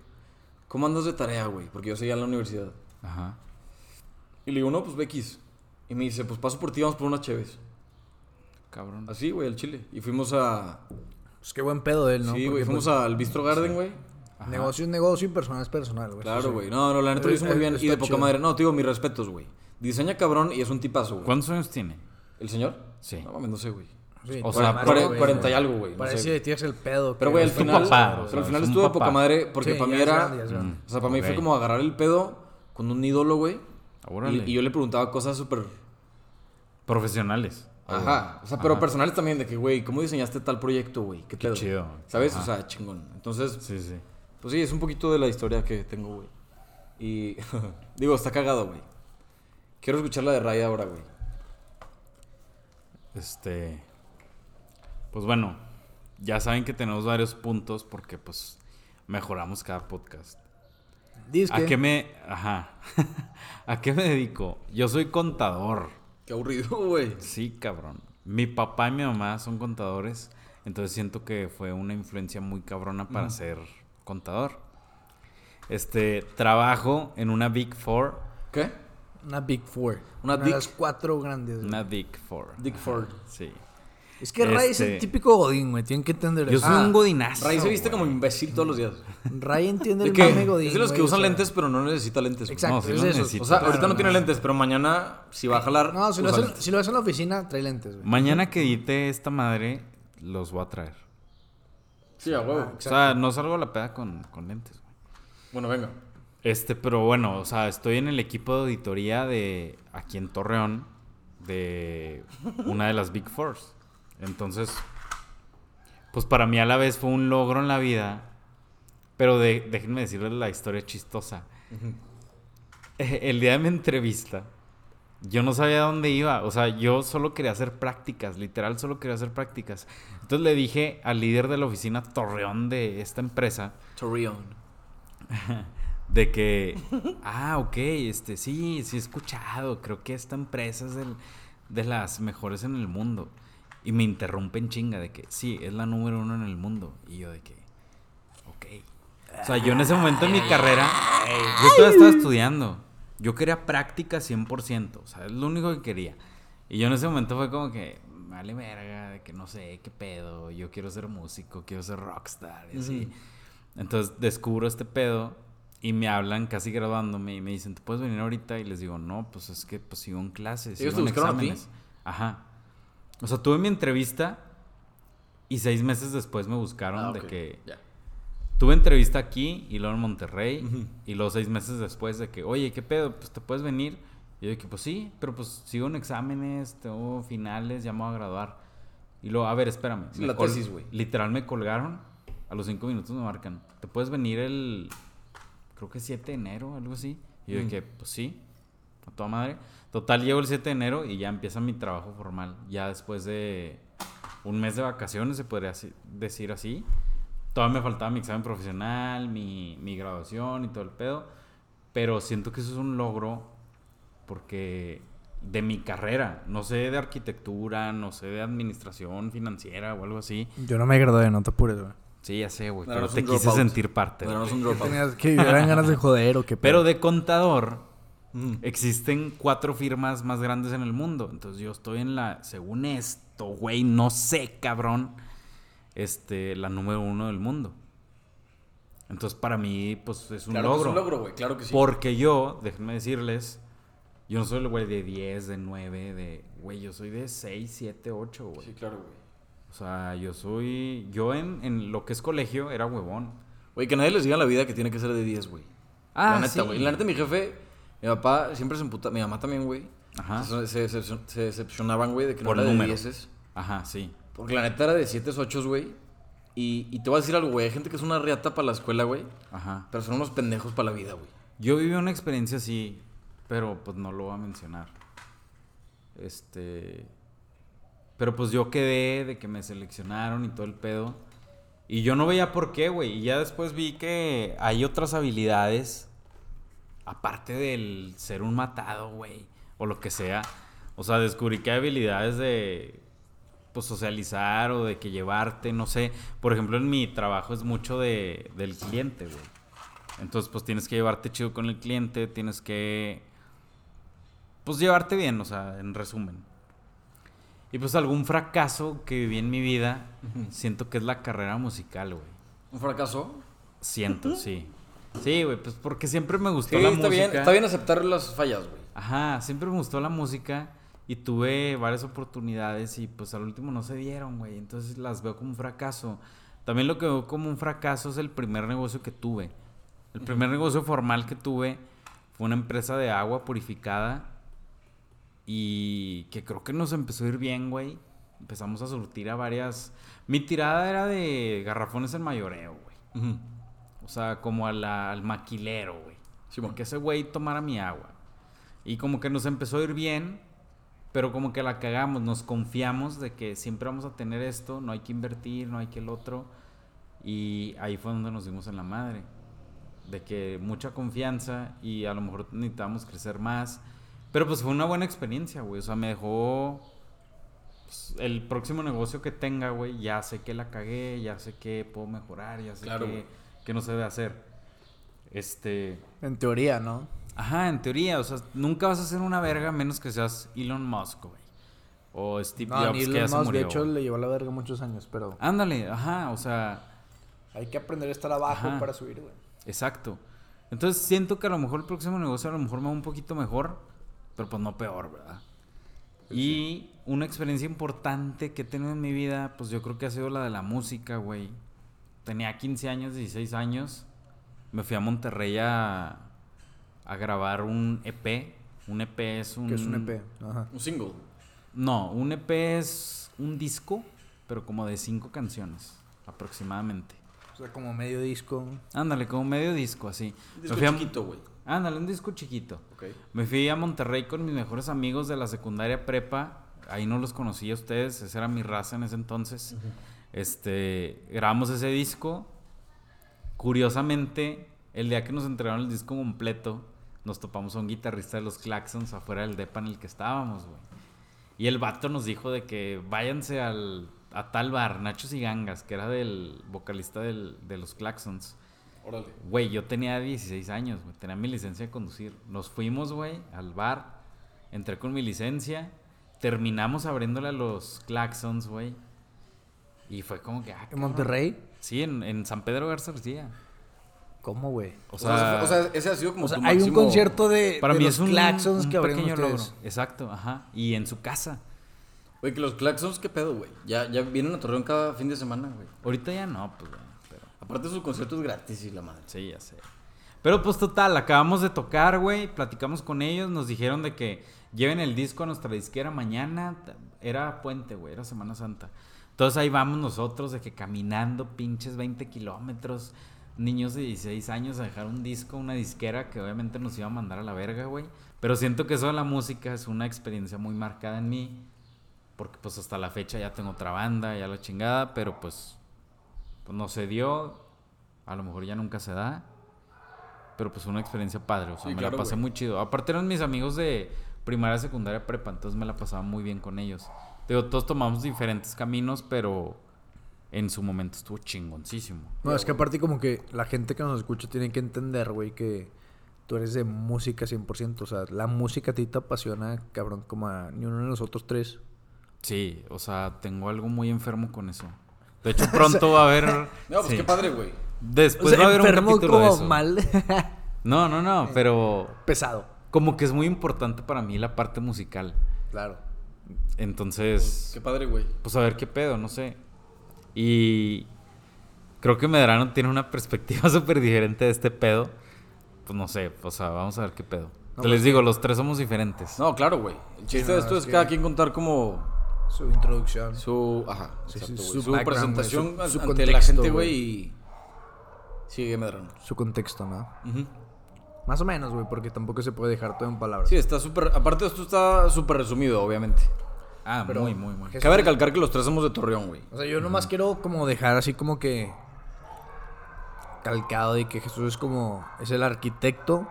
[SPEAKER 1] ¿cómo andas de tarea, güey? Porque yo seguía en la universidad.
[SPEAKER 2] Ajá.
[SPEAKER 1] Y le digo, no, pues X. Y me dice, pues paso por ti, vamos por unas cheves.
[SPEAKER 2] Cabrón.
[SPEAKER 1] Así, güey, al Chile. Y fuimos a...
[SPEAKER 3] Pues qué buen pedo de él, ¿no?
[SPEAKER 1] sí, güey,
[SPEAKER 3] Porque,
[SPEAKER 1] fuimos
[SPEAKER 3] pues,
[SPEAKER 1] al Bistro Garden, güey.
[SPEAKER 3] Negocio es negocio y personal es personal, güey. Eso
[SPEAKER 1] Claro,
[SPEAKER 3] sí.
[SPEAKER 1] güey. No, no, la neta lo
[SPEAKER 3] Eh,
[SPEAKER 1] hizo muy
[SPEAKER 3] eh,
[SPEAKER 1] bien y
[SPEAKER 3] está
[SPEAKER 1] de poca
[SPEAKER 3] chido.
[SPEAKER 1] madre. No, te digo, mis respetos, güey. Diseña cabrón y es un tipazo, güey.
[SPEAKER 2] ¿Cuántos años tiene?
[SPEAKER 1] ¿El señor?
[SPEAKER 2] Sí.
[SPEAKER 1] No mames, no sé, güey.
[SPEAKER 3] Sí,
[SPEAKER 2] O
[SPEAKER 3] o
[SPEAKER 2] sea,
[SPEAKER 3] sea,
[SPEAKER 1] cuare- 40 y algo, güey, no
[SPEAKER 3] Parece
[SPEAKER 1] sé.
[SPEAKER 3] que tienes el pedo.
[SPEAKER 1] Pero,
[SPEAKER 3] que
[SPEAKER 1] güey, al
[SPEAKER 3] no está
[SPEAKER 1] final,
[SPEAKER 3] mal,
[SPEAKER 2] Eh, papá,
[SPEAKER 1] pero
[SPEAKER 2] o
[SPEAKER 1] al
[SPEAKER 2] sea, es
[SPEAKER 1] final
[SPEAKER 2] un
[SPEAKER 1] estuvo de
[SPEAKER 2] papá.
[SPEAKER 1] poca madre porque
[SPEAKER 3] Sí,
[SPEAKER 1] para mí
[SPEAKER 3] ya es
[SPEAKER 1] era. Mm,
[SPEAKER 3] grande, ya es grande.
[SPEAKER 1] O sea, para mí
[SPEAKER 2] Ok.
[SPEAKER 1] fue como agarrar el pedo con un ídolo, güey. Y,
[SPEAKER 2] Órale. Oh,
[SPEAKER 1] y yo le preguntaba cosas súper.
[SPEAKER 2] Profesionales.
[SPEAKER 1] Ajá. O sea, pero personales también, de que, güey, ¿cómo diseñaste tal proyecto, güey? Qué, pedo?
[SPEAKER 2] chido.
[SPEAKER 1] ¿Sabes?
[SPEAKER 2] Ajá.
[SPEAKER 1] O sea, chingón. Entonces,
[SPEAKER 2] Sí, sí.
[SPEAKER 1] Pues sí, es un poquito de la historia que tengo, güey. Y digo, está cagado, güey. Quiero escuchar la de Ray ahora, güey.
[SPEAKER 2] Este. Pues bueno, ya saben que tenemos varios puntos porque, pues, mejoramos cada podcast.
[SPEAKER 3] Diz
[SPEAKER 2] ¿A
[SPEAKER 3] que-
[SPEAKER 2] qué me. Ajá. ¿A qué me dedico? Yo soy contador.
[SPEAKER 1] Qué aburrido, güey.
[SPEAKER 2] Sí, cabrón. Mi papá y mi mamá son contadores. Entonces siento que fue una influencia muy cabrona para ser contador. Este. Trabajo en una Big Four.
[SPEAKER 1] ¿Qué?
[SPEAKER 3] Una Big Four.
[SPEAKER 1] Una
[SPEAKER 3] Una,
[SPEAKER 1] Dick-
[SPEAKER 3] de las cuatro grandes. güey.
[SPEAKER 2] Una Big Four.
[SPEAKER 1] Dick Ford.
[SPEAKER 2] Sí.
[SPEAKER 3] Es que Ray es el
[SPEAKER 2] Este-
[SPEAKER 3] típico Godín, güey. Tienen que entender
[SPEAKER 2] Yo
[SPEAKER 3] eso.
[SPEAKER 2] soy
[SPEAKER 1] Ah,
[SPEAKER 2] un godinazo.
[SPEAKER 1] Ray se viste
[SPEAKER 2] güey.
[SPEAKER 1] como imbécil todos los días.
[SPEAKER 3] Ray entiende
[SPEAKER 1] De
[SPEAKER 3] el
[SPEAKER 1] que
[SPEAKER 3] mame Godín.
[SPEAKER 1] es de los que
[SPEAKER 3] güey, o
[SPEAKER 1] usan
[SPEAKER 3] sea,
[SPEAKER 1] lentes, pero no necesita lentes. güey.
[SPEAKER 3] Exacto,
[SPEAKER 2] No, sí
[SPEAKER 3] es
[SPEAKER 2] los
[SPEAKER 3] de esos.
[SPEAKER 2] necesito.
[SPEAKER 1] O sea,
[SPEAKER 2] claro,
[SPEAKER 1] ahorita no tiene lentes, pero mañana si va a jalar.
[SPEAKER 3] No, si lo,
[SPEAKER 1] usa
[SPEAKER 3] hace,
[SPEAKER 1] lentes.
[SPEAKER 3] si lo hace en la oficina, trae lentes, güey.
[SPEAKER 2] Mañana que edite esta madre, los voy a traer.
[SPEAKER 1] Sí, a
[SPEAKER 3] Ah,
[SPEAKER 1] huevo.
[SPEAKER 2] O sea, no salgo a la peda con, con lentes, güey.
[SPEAKER 1] Bueno, venga.
[SPEAKER 2] Este, pero bueno, o sea, estoy en el equipo de auditoría de aquí en Torreón de una de las Big Four. Entonces, pues para mí a la vez fue un logro en la vida. Pero de- déjenme decirles la historia chistosa. Eh, El día de mi entrevista, yo no sabía dónde iba. O sea, yo solo quería hacer prácticas, literal, solo quería hacer prácticas. Entonces le dije al líder de la oficina Torreón de esta empresa
[SPEAKER 1] Torreón.
[SPEAKER 2] de que, ah, ok, este, sí, sí he escuchado, creo que esta empresa es del- de las mejores en el mundo. Y me interrumpen chinga de que, sí, es la número uno en el mundo. Y yo de que, ok. O sea, yo en ese momento en mi carrera, yo todavía estaba estudiando. Yo quería práctica 100%, o sea, es lo único que quería. Y yo en ese momento fue como que, vale verga, de que no sé, qué pedo, yo quiero ser músico, quiero ser rockstar, y así. Entonces descubro este pedo y me hablan casi graduándome y me dicen, ¿te puedes venir ahorita? Y les digo, no, pues es que pues sigo en clases,
[SPEAKER 1] ¿Ellos
[SPEAKER 2] sigo
[SPEAKER 1] te
[SPEAKER 2] en
[SPEAKER 1] buscaron a ti?
[SPEAKER 2] exámenes. Ajá. O sea, tuve mi entrevista y seis meses después me buscaron
[SPEAKER 1] Ah,
[SPEAKER 2] de
[SPEAKER 1] ok,
[SPEAKER 2] que...
[SPEAKER 1] ya.
[SPEAKER 2] Tuve entrevista aquí y luego en Monterrey. Y luego seis meses después de que, oye, ¿qué pedo? Pues te puedes venir. Y yo dije, pues sí, pero pues sigo en exámenes, tengo finales, ya me voy a graduar. Y luego, a ver, espérame.
[SPEAKER 1] Sí,
[SPEAKER 2] me
[SPEAKER 1] la
[SPEAKER 2] col-
[SPEAKER 1] tesis, güey.
[SPEAKER 2] Literal me colgaron. A los cinco minutos me marcan. ¿Te puedes venir el, creo que 7 de enero, algo así? Y yo
[SPEAKER 1] Mm.
[SPEAKER 2] dije, pues sí, a toda madre. Total, llego el 7 de enero y ya empieza mi trabajo formal. Ya después de un mes de vacaciones, se podría así- decir así. Todavía me faltaba mi examen profesional, mi, mi graduación y todo el pedo. Pero siento que eso es un logro porque de mi carrera, no sé de arquitectura, no sé de administración financiera o algo así.
[SPEAKER 3] Yo no me gradué, no te apures, güey.
[SPEAKER 2] Sí, ya sé, güey,
[SPEAKER 1] No
[SPEAKER 2] pero
[SPEAKER 1] eres
[SPEAKER 2] te
[SPEAKER 1] un
[SPEAKER 2] quise
[SPEAKER 1] dropout.
[SPEAKER 2] sentir parte.
[SPEAKER 1] Pero no
[SPEAKER 2] güey.
[SPEAKER 1] es un dropout.
[SPEAKER 3] Tenías que eran ganas de joder o qué
[SPEAKER 2] Pero
[SPEAKER 3] pedo.
[SPEAKER 2] de contador,
[SPEAKER 1] Mm.
[SPEAKER 2] Existen cuatro firmas más grandes en el mundo. Entonces yo estoy en la, según esto, güey, no sé, cabrón, este, la número uno del mundo. Entonces para mí, pues es un
[SPEAKER 1] Claro que
[SPEAKER 2] logro.
[SPEAKER 1] es un logro, güey. Claro que sí.
[SPEAKER 2] Porque yo, déjenme decirles, yo no soy el güey de 10, de 9, de, güey, yo soy de 6, 7, 8, güey.
[SPEAKER 1] Sí, claro, güey.
[SPEAKER 2] O sea, yo soy, yo en, en lo que es colegio era huevón.
[SPEAKER 1] Güey, que nadie les diga en la vida que tiene que ser de 10, güey.
[SPEAKER 2] Ah,
[SPEAKER 1] la neta,
[SPEAKER 2] sí.
[SPEAKER 1] güey. La neta, mi jefe, mi papá siempre se emputa, mi mamá también, güey.
[SPEAKER 2] Ajá.
[SPEAKER 1] Se, se- se- se decepcionaban, güey, de que no
[SPEAKER 2] Por
[SPEAKER 1] era de
[SPEAKER 2] número.
[SPEAKER 1] 10.
[SPEAKER 2] Ajá, sí.
[SPEAKER 1] Porque la neta era de 7, 8, güey. Y, y te voy a decir algo, güey. Hay gente que es una reata para la escuela, güey.
[SPEAKER 2] Ajá.
[SPEAKER 1] Pero son unos pendejos para la vida, güey.
[SPEAKER 2] Yo viví una experiencia así, pero pues no lo voy a mencionar. Este. Pero pues yo quedé de que me seleccionaron y todo el pedo. Y yo no veía por qué, güey. Y ya después vi que hay otras habilidades. Aparte del ser un matado, güey. O lo que sea. O sea, descubrí que hay habilidades de. Pues socializar o de que llevarte, no sé. Por ejemplo, en mi trabajo es mucho de, del cliente, güey. Entonces, pues tienes que llevarte chido con el cliente, tienes que. Pues llevarte bien, o sea, en resumen. Y pues algún fracaso que viví en mi vida, siento que es la carrera musical, güey.
[SPEAKER 1] ¿Un fracaso?
[SPEAKER 2] Siento, sí. Sí, güey, pues porque siempre me gustó
[SPEAKER 1] Sí,
[SPEAKER 2] la
[SPEAKER 1] está
[SPEAKER 2] música.
[SPEAKER 1] bien, está bien aceptar las fallas, güey.
[SPEAKER 2] Ajá, siempre me gustó la música y tuve varias oportunidades y pues al último no se dieron, güey. Entonces las veo como un fracaso. También lo que veo como un fracaso es el primer negocio que tuve. El primer negocio formal que tuve fue una empresa de agua purificada y que creo que nos empezó a ir bien, güey. Empezamos a surtir a varias... Mi tirada era de garrafones en mayoreo, güey. O sea, como a la- al maquilero, güey.
[SPEAKER 1] Simón.
[SPEAKER 2] Porque ese güey tomara mi agua. Y como que nos empezó a ir bien, pero como que la cagamos, nos confiamos de que siempre vamos a tener esto, no hay que invertir, no hay que el otro. Y ahí fue donde nos dimos en la madre. De que mucha confianza y a lo mejor necesitábamos crecer más. Pero pues fue una buena experiencia, güey. O sea, me dejó pues, el próximo negocio que tenga, güey, ya sé que la cagué, ya sé que puedo mejorar, ya sé
[SPEAKER 1] Claro, güey.
[SPEAKER 2] que, que no se debe hacer. Este.
[SPEAKER 3] En teoría, ¿no?
[SPEAKER 2] Ajá, en teoría, o sea, nunca vas a ser una verga a menos que seas Elon Musk, güey. O Steve
[SPEAKER 3] No,
[SPEAKER 2] Jobs,
[SPEAKER 3] ni
[SPEAKER 2] que
[SPEAKER 3] Elon
[SPEAKER 2] ya se
[SPEAKER 3] Musk,
[SPEAKER 2] murió.
[SPEAKER 3] de hecho,
[SPEAKER 2] güey.
[SPEAKER 3] le llevó a la verga muchos años, pero
[SPEAKER 2] Ándale, ajá, o sea.
[SPEAKER 3] hay que aprender a estar abajo
[SPEAKER 2] Ajá.
[SPEAKER 3] para subir, güey.
[SPEAKER 2] Exacto. Entonces siento que a lo mejor el próximo negocio a lo mejor me va un poquito mejor, pero pues no peor, ¿verdad? Y una experiencia importante que he tenido en mi vida, pues yo creo que ha sido la de la música, güey. Tenía 15 años, 16 años. Me fui a Monterrey a, a grabar un EP. Un EP es un...
[SPEAKER 3] Que es un E EP. Ajá.
[SPEAKER 1] Un single.
[SPEAKER 2] No, un E EP es un disco, pero como de cinco canciones aproximadamente.
[SPEAKER 3] O sea, sea, como medio disco.
[SPEAKER 2] Ándale, como medio disco así. Me
[SPEAKER 1] Disco
[SPEAKER 2] fui a-
[SPEAKER 1] chiquito, güey.
[SPEAKER 2] Ándale, un disco chiquito.
[SPEAKER 1] Ok.
[SPEAKER 2] Me fui a Monterrey con mis mejores amigos de la secundaria prepa. Ahí no los conocí a ustedes, esa era mi raza en ese entonces. Este, grabamos ese disco. Curiosamente, el día que nos entregaron el disco completo, nos topamos a un guitarrista de los Claxons afuera del depa en el que estábamos, güey. Y el vato nos dijo de que váyanse al, a tal bar, Nachos y Gangas, que era del vocalista del- de los Claxons.
[SPEAKER 1] Órale.
[SPEAKER 2] Güey, yo tenía 16 años, güey. Tenía mi licencia de conducir. Nos fuimos, güey, al bar. Entré con mi licencia. Terminamos abriéndole a los claxons, güey. Y fue como que. ah,
[SPEAKER 3] ¿En Monterrey?
[SPEAKER 2] sí, en, en San Pedro Garza García.
[SPEAKER 3] ¿Cómo, güey?
[SPEAKER 2] O
[SPEAKER 1] O
[SPEAKER 2] sea,
[SPEAKER 1] sea, o sea, ese ha sido como
[SPEAKER 3] O sea,
[SPEAKER 1] tu
[SPEAKER 3] hay un
[SPEAKER 1] máximo-
[SPEAKER 3] concierto de,
[SPEAKER 2] para
[SPEAKER 3] Eh, de
[SPEAKER 2] mí
[SPEAKER 3] los
[SPEAKER 2] es un,
[SPEAKER 3] claxons
[SPEAKER 2] un
[SPEAKER 3] que abrieron
[SPEAKER 2] pequeño logro.
[SPEAKER 3] ustedes.
[SPEAKER 2] Exacto, ajá. Y en su casa.
[SPEAKER 1] Güey, que los claxons, ¿qué pedo, güey? Ya, ya vienen a Torreón cada fin de semana, güey.
[SPEAKER 2] Ahorita ya no, pues, güey. Pero.
[SPEAKER 1] Aparte, su concierto es gratis y la madre.
[SPEAKER 2] Sí, ya sé. Pero pues total, acabamos de tocar, güey, platicamos con ellos, nos dijeron de que lleven el disco a nuestra disquera mañana, t- era puente, güey, era Semana Santa. Entonces ahí vamos nosotros de que caminando pinches 20 kilómetros, niños de 16 años a dejar un disco, una disquera que obviamente nos iba a mandar a la verga, güey. Pero siento que eso de la música es una experiencia muy marcada en mí, porque pues hasta la fecha ya tengo otra banda, ya la chingada, pero pues pues no se dio, a lo mejor ya nunca se da, pero pues una experiencia padre, o sea,
[SPEAKER 1] Sí,
[SPEAKER 2] me
[SPEAKER 1] claro,
[SPEAKER 2] la pasé
[SPEAKER 1] güey.
[SPEAKER 2] muy chido. Aparte eran mis amigos de primaria, secundaria, prepa, entonces me la pasaba muy bien con ellos. Te Digo, todos tomamos diferentes caminos, pero en su momento estuvo chingoncísimo.
[SPEAKER 3] No, es que aparte como que la gente que nos escucha tiene que entender, güey, que tú eres de música 100%. O sea, la música a ti te apasiona, cabrón, como a ni uno de nosotros tres.
[SPEAKER 2] Sí, o sea, tengo algo muy enfermo con eso. De hecho, pronto va a haber...
[SPEAKER 1] No, pues
[SPEAKER 2] sí.
[SPEAKER 1] qué padre, güey.
[SPEAKER 2] Después
[SPEAKER 3] o sea,
[SPEAKER 2] Pues va a haber un
[SPEAKER 3] enfermo
[SPEAKER 2] capítulo de
[SPEAKER 3] como
[SPEAKER 2] eso.
[SPEAKER 3] mal
[SPEAKER 2] No, no, no,
[SPEAKER 1] Eh.
[SPEAKER 2] pero
[SPEAKER 3] pesado.
[SPEAKER 2] como que es muy importante para mí la parte musical.
[SPEAKER 3] Claro.
[SPEAKER 2] Entonces,
[SPEAKER 1] Qué padre, güey.
[SPEAKER 2] pues a ver qué pedo, no sé. Y creo que Medrano tiene una perspectiva súper diferente de este pedo. Pues no sé, o sea, vamos a ver qué pedo.
[SPEAKER 3] No,
[SPEAKER 2] Te les digo, los tres somos diferentes.
[SPEAKER 1] No, claro, güey. El chiste
[SPEAKER 3] no,
[SPEAKER 1] de esto
[SPEAKER 3] es
[SPEAKER 1] es,
[SPEAKER 3] que-
[SPEAKER 1] cada quien contar como
[SPEAKER 3] Su introducción.
[SPEAKER 1] su. Ajá.
[SPEAKER 3] Sí,
[SPEAKER 1] exacto,
[SPEAKER 3] sí,
[SPEAKER 1] güey.
[SPEAKER 3] su
[SPEAKER 1] su,
[SPEAKER 3] background,
[SPEAKER 1] presentación
[SPEAKER 3] güey, su- su
[SPEAKER 1] ante la
[SPEAKER 3] contexto,
[SPEAKER 1] gente,
[SPEAKER 3] güey.
[SPEAKER 1] güey. Y. Sigue medrano.
[SPEAKER 3] Su contexto, ¿no?
[SPEAKER 1] Ujú.
[SPEAKER 3] Más o menos, güey, porque tampoco se puede dejar todo en palabras.
[SPEAKER 1] Sí, está súper. Aparte, esto está súper resumido, obviamente.
[SPEAKER 2] Ah,
[SPEAKER 3] pero-
[SPEAKER 2] muy, muy, muy.
[SPEAKER 3] ¿Qué-
[SPEAKER 1] Cabe recalcar que los tres somos de Torreón, güey.
[SPEAKER 3] O sea, yo nomás quiero como dejar así como que calcado de que Jesús es como es el arquitecto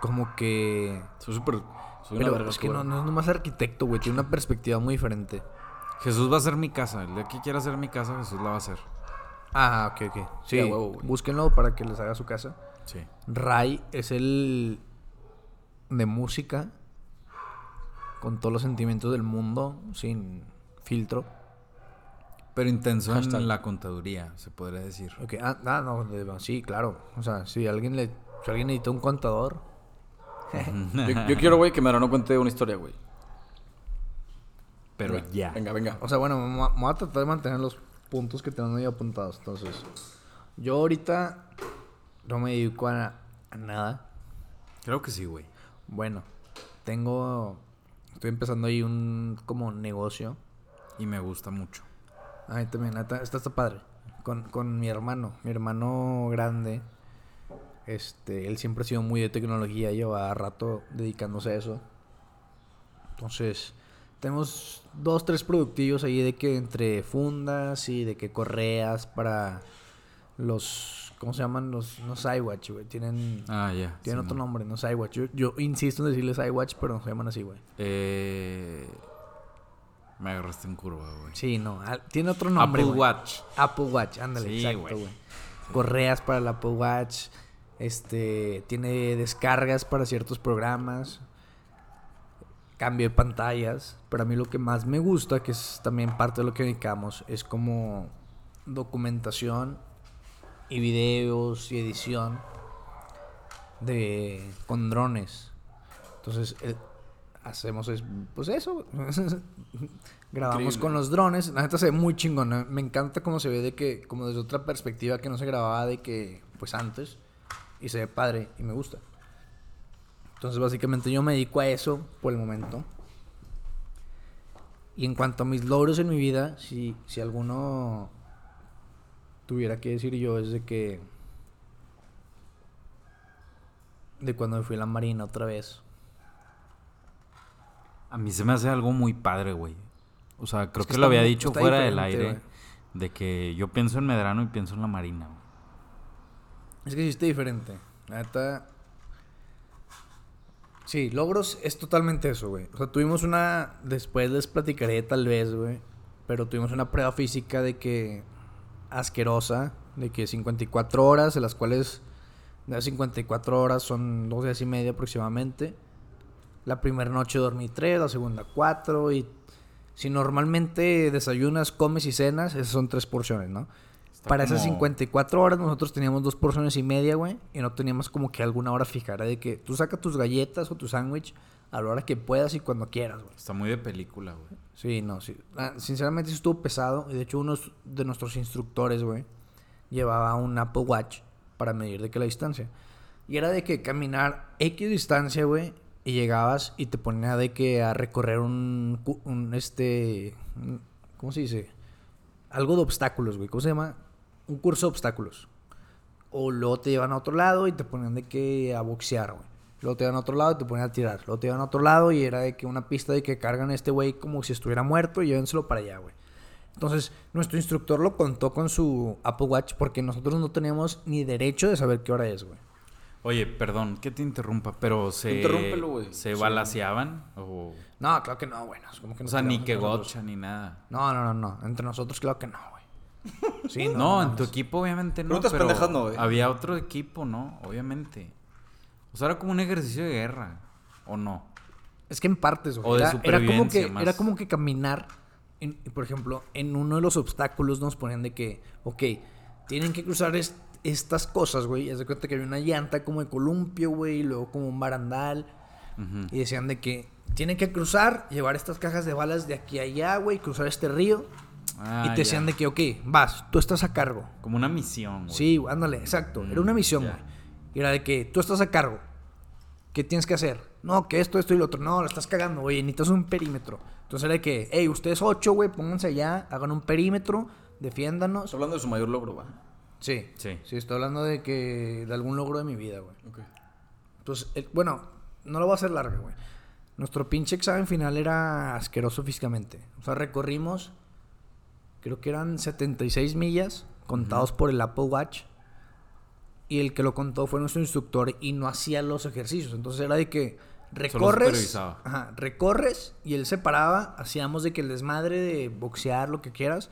[SPEAKER 3] como que
[SPEAKER 1] Soy súper. Soy una
[SPEAKER 3] pero
[SPEAKER 1] verga,
[SPEAKER 3] es que
[SPEAKER 1] tú,
[SPEAKER 3] no,
[SPEAKER 1] güey.
[SPEAKER 3] no es nomás arquitecto, güey, tiene una perspectiva muy diferente.
[SPEAKER 2] Jesús va a ser mi casa. El día que quiera ser mi casa, Jesús la va a hacer.
[SPEAKER 3] Ah, ok, ok. Sí,
[SPEAKER 1] Sí, a huevo, güey.
[SPEAKER 3] búsquenlo para que les haga su casa.
[SPEAKER 2] Sí.
[SPEAKER 3] Ray es el de música con todos los sentimientos del mundo sin filtro.
[SPEAKER 2] Pero intenso
[SPEAKER 1] Hashtag.
[SPEAKER 2] en la contaduría, se podría decir.
[SPEAKER 3] Ok, ah, ah, no, de- sí, claro. O sea, si alguien le si alguien necesita un contador,
[SPEAKER 1] Yo, yo quiero, güey, que Medrano cuente una historia, güey.
[SPEAKER 2] Pero ya.
[SPEAKER 1] Venga, venga.
[SPEAKER 3] O sea, bueno, me voy a- me voy a tratar de mantener los puntos que tengo ahí apuntados. Entonces, yo ahorita no me dedico a, a nada.
[SPEAKER 2] Creo que sí, güey.
[SPEAKER 3] Bueno, tengo. Estoy empezando ahí un como negocio.
[SPEAKER 2] Y me gusta mucho.
[SPEAKER 3] Ay, también, está, está, está padre. Con, con mi hermano, mi hermano grande. Este, él siempre ha sido muy de tecnología, lleva rato dedicándose a eso. Entonces, tenemos dos, tres productillos ahí de que entre fundas y de que correas para los, ¿cómo se llaman? Los, los iWatch, güey. Tienen,
[SPEAKER 2] Ah, ya.
[SPEAKER 3] tienen
[SPEAKER 2] sí,
[SPEAKER 3] otro
[SPEAKER 2] no.
[SPEAKER 3] nombre, no es iWatch. Yo, yo insisto en decirles iWatch, pero no se llaman así, güey.
[SPEAKER 2] Eh, Me agarraste en curva, güey.
[SPEAKER 3] Sí, no, al- tiene otro nombre.
[SPEAKER 2] Apple
[SPEAKER 3] güey.
[SPEAKER 2] Watch.
[SPEAKER 3] Apple Watch, ándale,
[SPEAKER 2] Sí,
[SPEAKER 3] exacto,
[SPEAKER 2] güey.
[SPEAKER 3] güey. Correas para el Apple Watch, este, tiene descargas para ciertos programas, cambio de pantallas. Pero a mí lo que más me gusta, que es también parte de lo que dedicamos, es como documentación y videos y edición de con drones. Entonces, eh, hacemos es, pues eso. Grabamos
[SPEAKER 1] Increíble.
[SPEAKER 3] con los drones. La neta se ve muy chingona. Me encanta cómo se ve de que, como desde otra perspectiva que no se grababa de que, pues antes. Y se ve padre y me gusta. Entonces, básicamente yo me dedico a eso por el momento. Y en cuanto a mis logros en mi vida, si, si alguno tuviera que decir yo es de que... De cuando me fui a la marina otra vez.
[SPEAKER 2] A mí se me hace algo muy padre, güey. O sea, creo
[SPEAKER 3] Es que
[SPEAKER 2] que,
[SPEAKER 3] está
[SPEAKER 2] lo había
[SPEAKER 3] muy-
[SPEAKER 2] dicho
[SPEAKER 3] está
[SPEAKER 2] fuera del
[SPEAKER 3] diferente,
[SPEAKER 2] aire.
[SPEAKER 3] güey.
[SPEAKER 2] De que yo pienso en Medrano y pienso en la Marina, güey.
[SPEAKER 3] Es que sí está diferente. La neta. Sí, logros es totalmente eso, güey. O sea, tuvimos una. Después les platicaré, tal vez, güey. Pero tuvimos una prueba física de que. Asquerosa. De que 54 horas, de las cuales. De las 54 horas son dos días y media aproximadamente. La primera noche dormí tres, la segunda cuatro. Y si normalmente desayunas, comes y cenas, esas son tres porciones, ¿no?
[SPEAKER 2] Está
[SPEAKER 3] Para esas
[SPEAKER 2] como-
[SPEAKER 3] 54 horas nosotros teníamos dos porciones y media, güey. Y no teníamos como que alguna hora fijada de que tú saca tus galletas o tu sándwich a la hora que puedas y cuando quieras, güey.
[SPEAKER 2] Está muy de película, güey.
[SPEAKER 3] Sí, no, sí. Ah, Sinceramente sí estuvo pesado. Y de hecho uno de nuestros instructores, güey, llevaba un Apple Watch para medir de qué la distancia. Y era de que caminar X distancia, güey, y llegabas y te ponía de que a recorrer un, cu- un este, un- ¿cómo se dice? Algo de obstáculos, güey. ¿Cómo se llama? Un curso de obstáculos. O luego te llevan a otro lado y te ponían de que a boxear, güey. Luego te llevan a otro lado y te ponían a tirar. Luego te llevan a otro lado y era de que una pista de que cargan a este güey como si estuviera muerto y llévenselo para allá, güey. Entonces, nuestro instructor lo contó con su Apple Watch porque nosotros no teníamos ni derecho de saber qué hora es, güey.
[SPEAKER 2] Oye, perdón que te interrumpa, pero se.
[SPEAKER 1] Interrúmpelo, güey.
[SPEAKER 2] ¿Se
[SPEAKER 1] Sí.
[SPEAKER 2] balaceaban? O,
[SPEAKER 3] No, claro que no, bueno. es como que
[SPEAKER 2] o
[SPEAKER 3] nos
[SPEAKER 2] sea, ni
[SPEAKER 3] tiramos
[SPEAKER 2] que
[SPEAKER 3] entre
[SPEAKER 2] gotcha ni nada.
[SPEAKER 3] nosotros. No, no, no, no. Entre nosotros, claro que no, güey. Sí, no.
[SPEAKER 2] No,
[SPEAKER 3] no
[SPEAKER 2] en tu
[SPEAKER 3] mames.
[SPEAKER 2] equipo obviamente no.
[SPEAKER 1] Preguntas
[SPEAKER 2] pero
[SPEAKER 1] pendejas no, güey.
[SPEAKER 2] Había otro equipo, ¿no? Obviamente. O sea, era como un ejercicio de guerra. ¿O no?
[SPEAKER 3] Es que en partes, güey.
[SPEAKER 2] O de
[SPEAKER 3] era, era como
[SPEAKER 2] supervivencia,
[SPEAKER 3] que,
[SPEAKER 2] más.
[SPEAKER 3] era como que caminar. en- y, por ejemplo, en uno de los obstáculos nos ponían de que, ok, tienen que cruzar est- estas cosas, güey. Y haz de cuenta que había una llanta como de columpio, güey, y luego como un barandal.
[SPEAKER 2] Ujú.
[SPEAKER 3] Y decían de que tienen que cruzar, llevar estas cajas de balas de aquí a allá, güey, cruzar este río.
[SPEAKER 2] Ah,
[SPEAKER 3] y te
[SPEAKER 2] ya.
[SPEAKER 3] decían de que, ok, vas, tú estás a cargo.
[SPEAKER 2] Como una misión, güey.
[SPEAKER 3] Sí, ándale, exacto. Era una
[SPEAKER 2] Mm,
[SPEAKER 3] misión,
[SPEAKER 2] ya.
[SPEAKER 3] güey. Y Era de que tú estás a cargo. ¿Qué tienes que hacer? No, que esto, esto y lo otro. No, la estás cagando, güey. Necesitas un perímetro. Entonces era de que, hey, ustedes ocho, güey, pónganse allá, hagan un perímetro, defiéndanos.
[SPEAKER 1] Estás hablando de su mayor logro, va.
[SPEAKER 3] Sí.
[SPEAKER 2] Sí.
[SPEAKER 3] Sí, estoy hablando de que. de algún logro de mi vida, güey.
[SPEAKER 1] Ok.
[SPEAKER 3] Entonces, el- bueno, no lo voy a hacer largo, güey. Nuestro pinche examen final era asqueroso físicamente. O sea, recorrimos, creo que eran 76 millas, contados por el Apple Watch. Y el que lo contó fue nuestro instructor y no hacía los ejercicios. Entonces era de que recorres,
[SPEAKER 2] supervisaba.
[SPEAKER 3] ajá, recorres y él se paraba, hacíamos de que el desmadre de boxear, lo que quieras,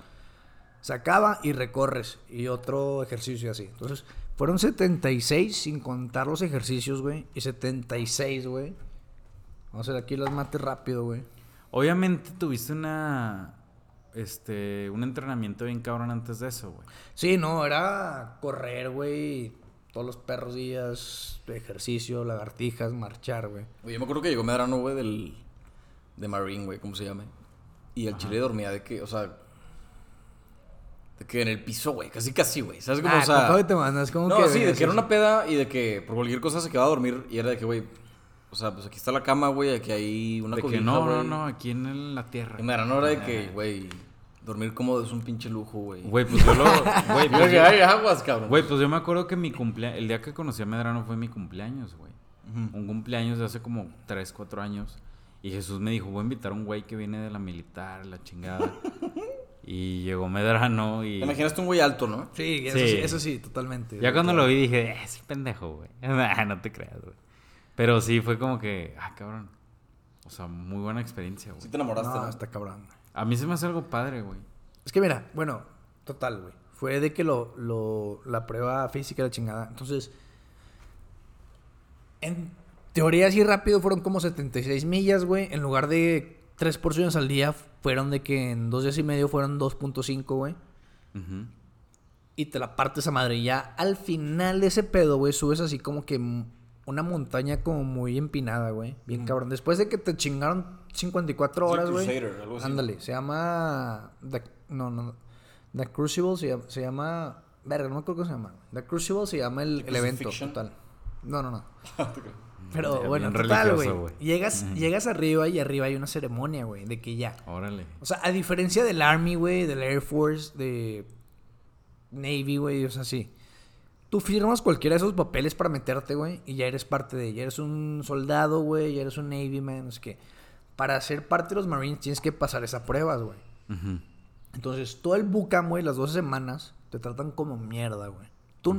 [SPEAKER 3] sacaba y recorres y otro ejercicio y así. Entonces, fueron 76 sin contar los ejercicios, güey, y 76, güey. Vamos a hacer aquí las mates rápido, güey.
[SPEAKER 2] Obviamente tuviste una. Este. Un entrenamiento bien cabrón antes de eso, güey.
[SPEAKER 3] Sí, no, era correr, güey, todos los perros días, ejercicio, lagartijas, marchar, güey.
[SPEAKER 1] Oye, yo me acuerdo que llegó Medrano, güey, del. de Marine, güey, ¿cómo se llame? Y el chile dormía de que, o sea. de que en el piso, güey, casi casi, güey. ¿Sabes cómo?
[SPEAKER 3] Ah,
[SPEAKER 1] o sea.
[SPEAKER 3] ¿con todo te mandas? ¿Cómo
[SPEAKER 1] no,
[SPEAKER 3] que
[SPEAKER 1] sí, de
[SPEAKER 3] ves
[SPEAKER 1] que era
[SPEAKER 3] eso?
[SPEAKER 1] una peda y de que por cualquier cosa se quedaba a dormir y era de que, güey. O sea, pues aquí está la cama, güey, aquí hay una
[SPEAKER 2] de
[SPEAKER 1] cobija,
[SPEAKER 2] que no, no,
[SPEAKER 1] güey.
[SPEAKER 2] no, aquí en el- la tierra.
[SPEAKER 1] Y Medrano era de que, güey, dormir cómodo es un pinche lujo, güey.
[SPEAKER 2] Güey, pues yo lo.
[SPEAKER 1] Yo de
[SPEAKER 2] Güey, pues,
[SPEAKER 1] que
[SPEAKER 2] yo-
[SPEAKER 1] hay aguas, cabrón.
[SPEAKER 2] güey, pues yo me acuerdo que mi cumpleaños. El día que conocí a Medrano fue mi cumpleaños, güey. Un cumpleaños de hace como 3, 4 años. Y Jesús me dijo, voy a invitar a un güey que viene de la militar, la chingada. y llegó Medrano y.
[SPEAKER 1] Te imaginaste un güey alto, ¿no?
[SPEAKER 3] Sí, eso
[SPEAKER 2] Sí.
[SPEAKER 3] sí, eso sí, totalmente.
[SPEAKER 2] Ya cuando lo vi dije, "Eh, es pendejo, güey. Nah, no te creas, güey. Pero sí fue como que, ah, cabrón. O sea, muy buena experiencia,
[SPEAKER 1] Sí
[SPEAKER 2] güey.
[SPEAKER 1] te enamoraste,
[SPEAKER 3] No,
[SPEAKER 1] ¿no?
[SPEAKER 3] está cabrón, güey.
[SPEAKER 2] A mí se me hace algo padre, güey.
[SPEAKER 3] Es que mira, bueno, total, güey. Fue de que lo, lo- la prueba física era chingada. Entonces, en teoría así rápido fueron como 76 millas, güey. En lugar de tres porciones al día, fueron de que en dos días y medio fueron 2.5, güey.
[SPEAKER 2] Ujú.
[SPEAKER 3] Y te la partes a madre. Y ya al final de ese pedo, güey, subes así como que m- una montaña como muy empinada, güey. Bien cabrón. Después de que te chingaron 54
[SPEAKER 1] Sí,
[SPEAKER 3] horas, güey.
[SPEAKER 1] Crusader, algo así,
[SPEAKER 3] Ándale, se llama. The, no, no. The Crucible se llama. Se llama verga, no me acuerdo cómo se llama. The Crucible se llama el, el evento
[SPEAKER 1] Crucifixion?
[SPEAKER 3] total. No, no, no.
[SPEAKER 1] Ah,
[SPEAKER 2] Ya,
[SPEAKER 3] Pero
[SPEAKER 2] bien
[SPEAKER 3] bueno, total,
[SPEAKER 2] religioso,
[SPEAKER 3] güey.
[SPEAKER 2] güey.
[SPEAKER 3] Llegas, llegas arriba y arriba hay una ceremonia, güey, de que ya.
[SPEAKER 2] Órale.
[SPEAKER 3] O sea, a diferencia del Army, güey, del Air Force, de Navy, güey, o sea, sí. Tú firmas cualquiera de esos papeles para meterte, güey, y ya eres parte de. Ya eres un soldado, güey, ya eres un Navy, man, no sé qué. Para ser parte de los Marines tienes que pasar esas pruebas, güey.
[SPEAKER 2] Ujú.
[SPEAKER 3] Entonces, todo el bucam, güey, las 12 semanas, te tratan como mierda, güey. Tú,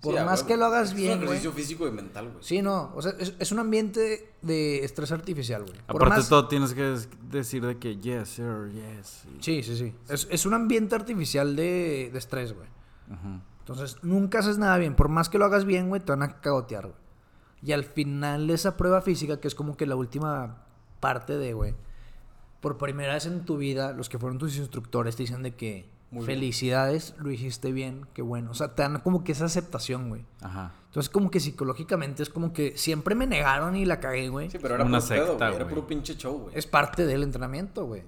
[SPEAKER 3] por
[SPEAKER 1] Sí, a
[SPEAKER 3] más
[SPEAKER 1] huevo.
[SPEAKER 3] que lo hagas
[SPEAKER 1] Es
[SPEAKER 3] bien,
[SPEAKER 1] un
[SPEAKER 3] güey.
[SPEAKER 1] ejercicio físico y mental, güey.
[SPEAKER 3] Sí, no, o sea, es, es un ambiente de estrés artificial, güey. Por
[SPEAKER 2] Aparte
[SPEAKER 3] más-
[SPEAKER 2] todo tienes que des- decir de que yes, sir, yes. y-
[SPEAKER 3] Sí, sí, sí. Es, es un ambiente artificial de, de estrés, güey. Entonces, nunca haces nada bien. Por más que lo hagas bien, güey, te van a cagotear, güey. Y al final de esa prueba física, que es como que la última parte de, güey, por primera vez en tu vida, los que fueron tus instructores te dicen de que
[SPEAKER 1] Muy bien.
[SPEAKER 3] felicidades, lo hiciste bien, qué bueno. O sea, te dan como que esa aceptación, güey.
[SPEAKER 2] Ajá.
[SPEAKER 3] Entonces, como que psicológicamente es como que siempre me negaron y la cagué, güey.
[SPEAKER 1] Sí, pero era
[SPEAKER 2] Una
[SPEAKER 1] puro pedo,
[SPEAKER 2] secta,
[SPEAKER 1] güey. Era
[SPEAKER 2] güey.
[SPEAKER 1] puro pinche show, güey.
[SPEAKER 3] Es parte del entrenamiento, güey.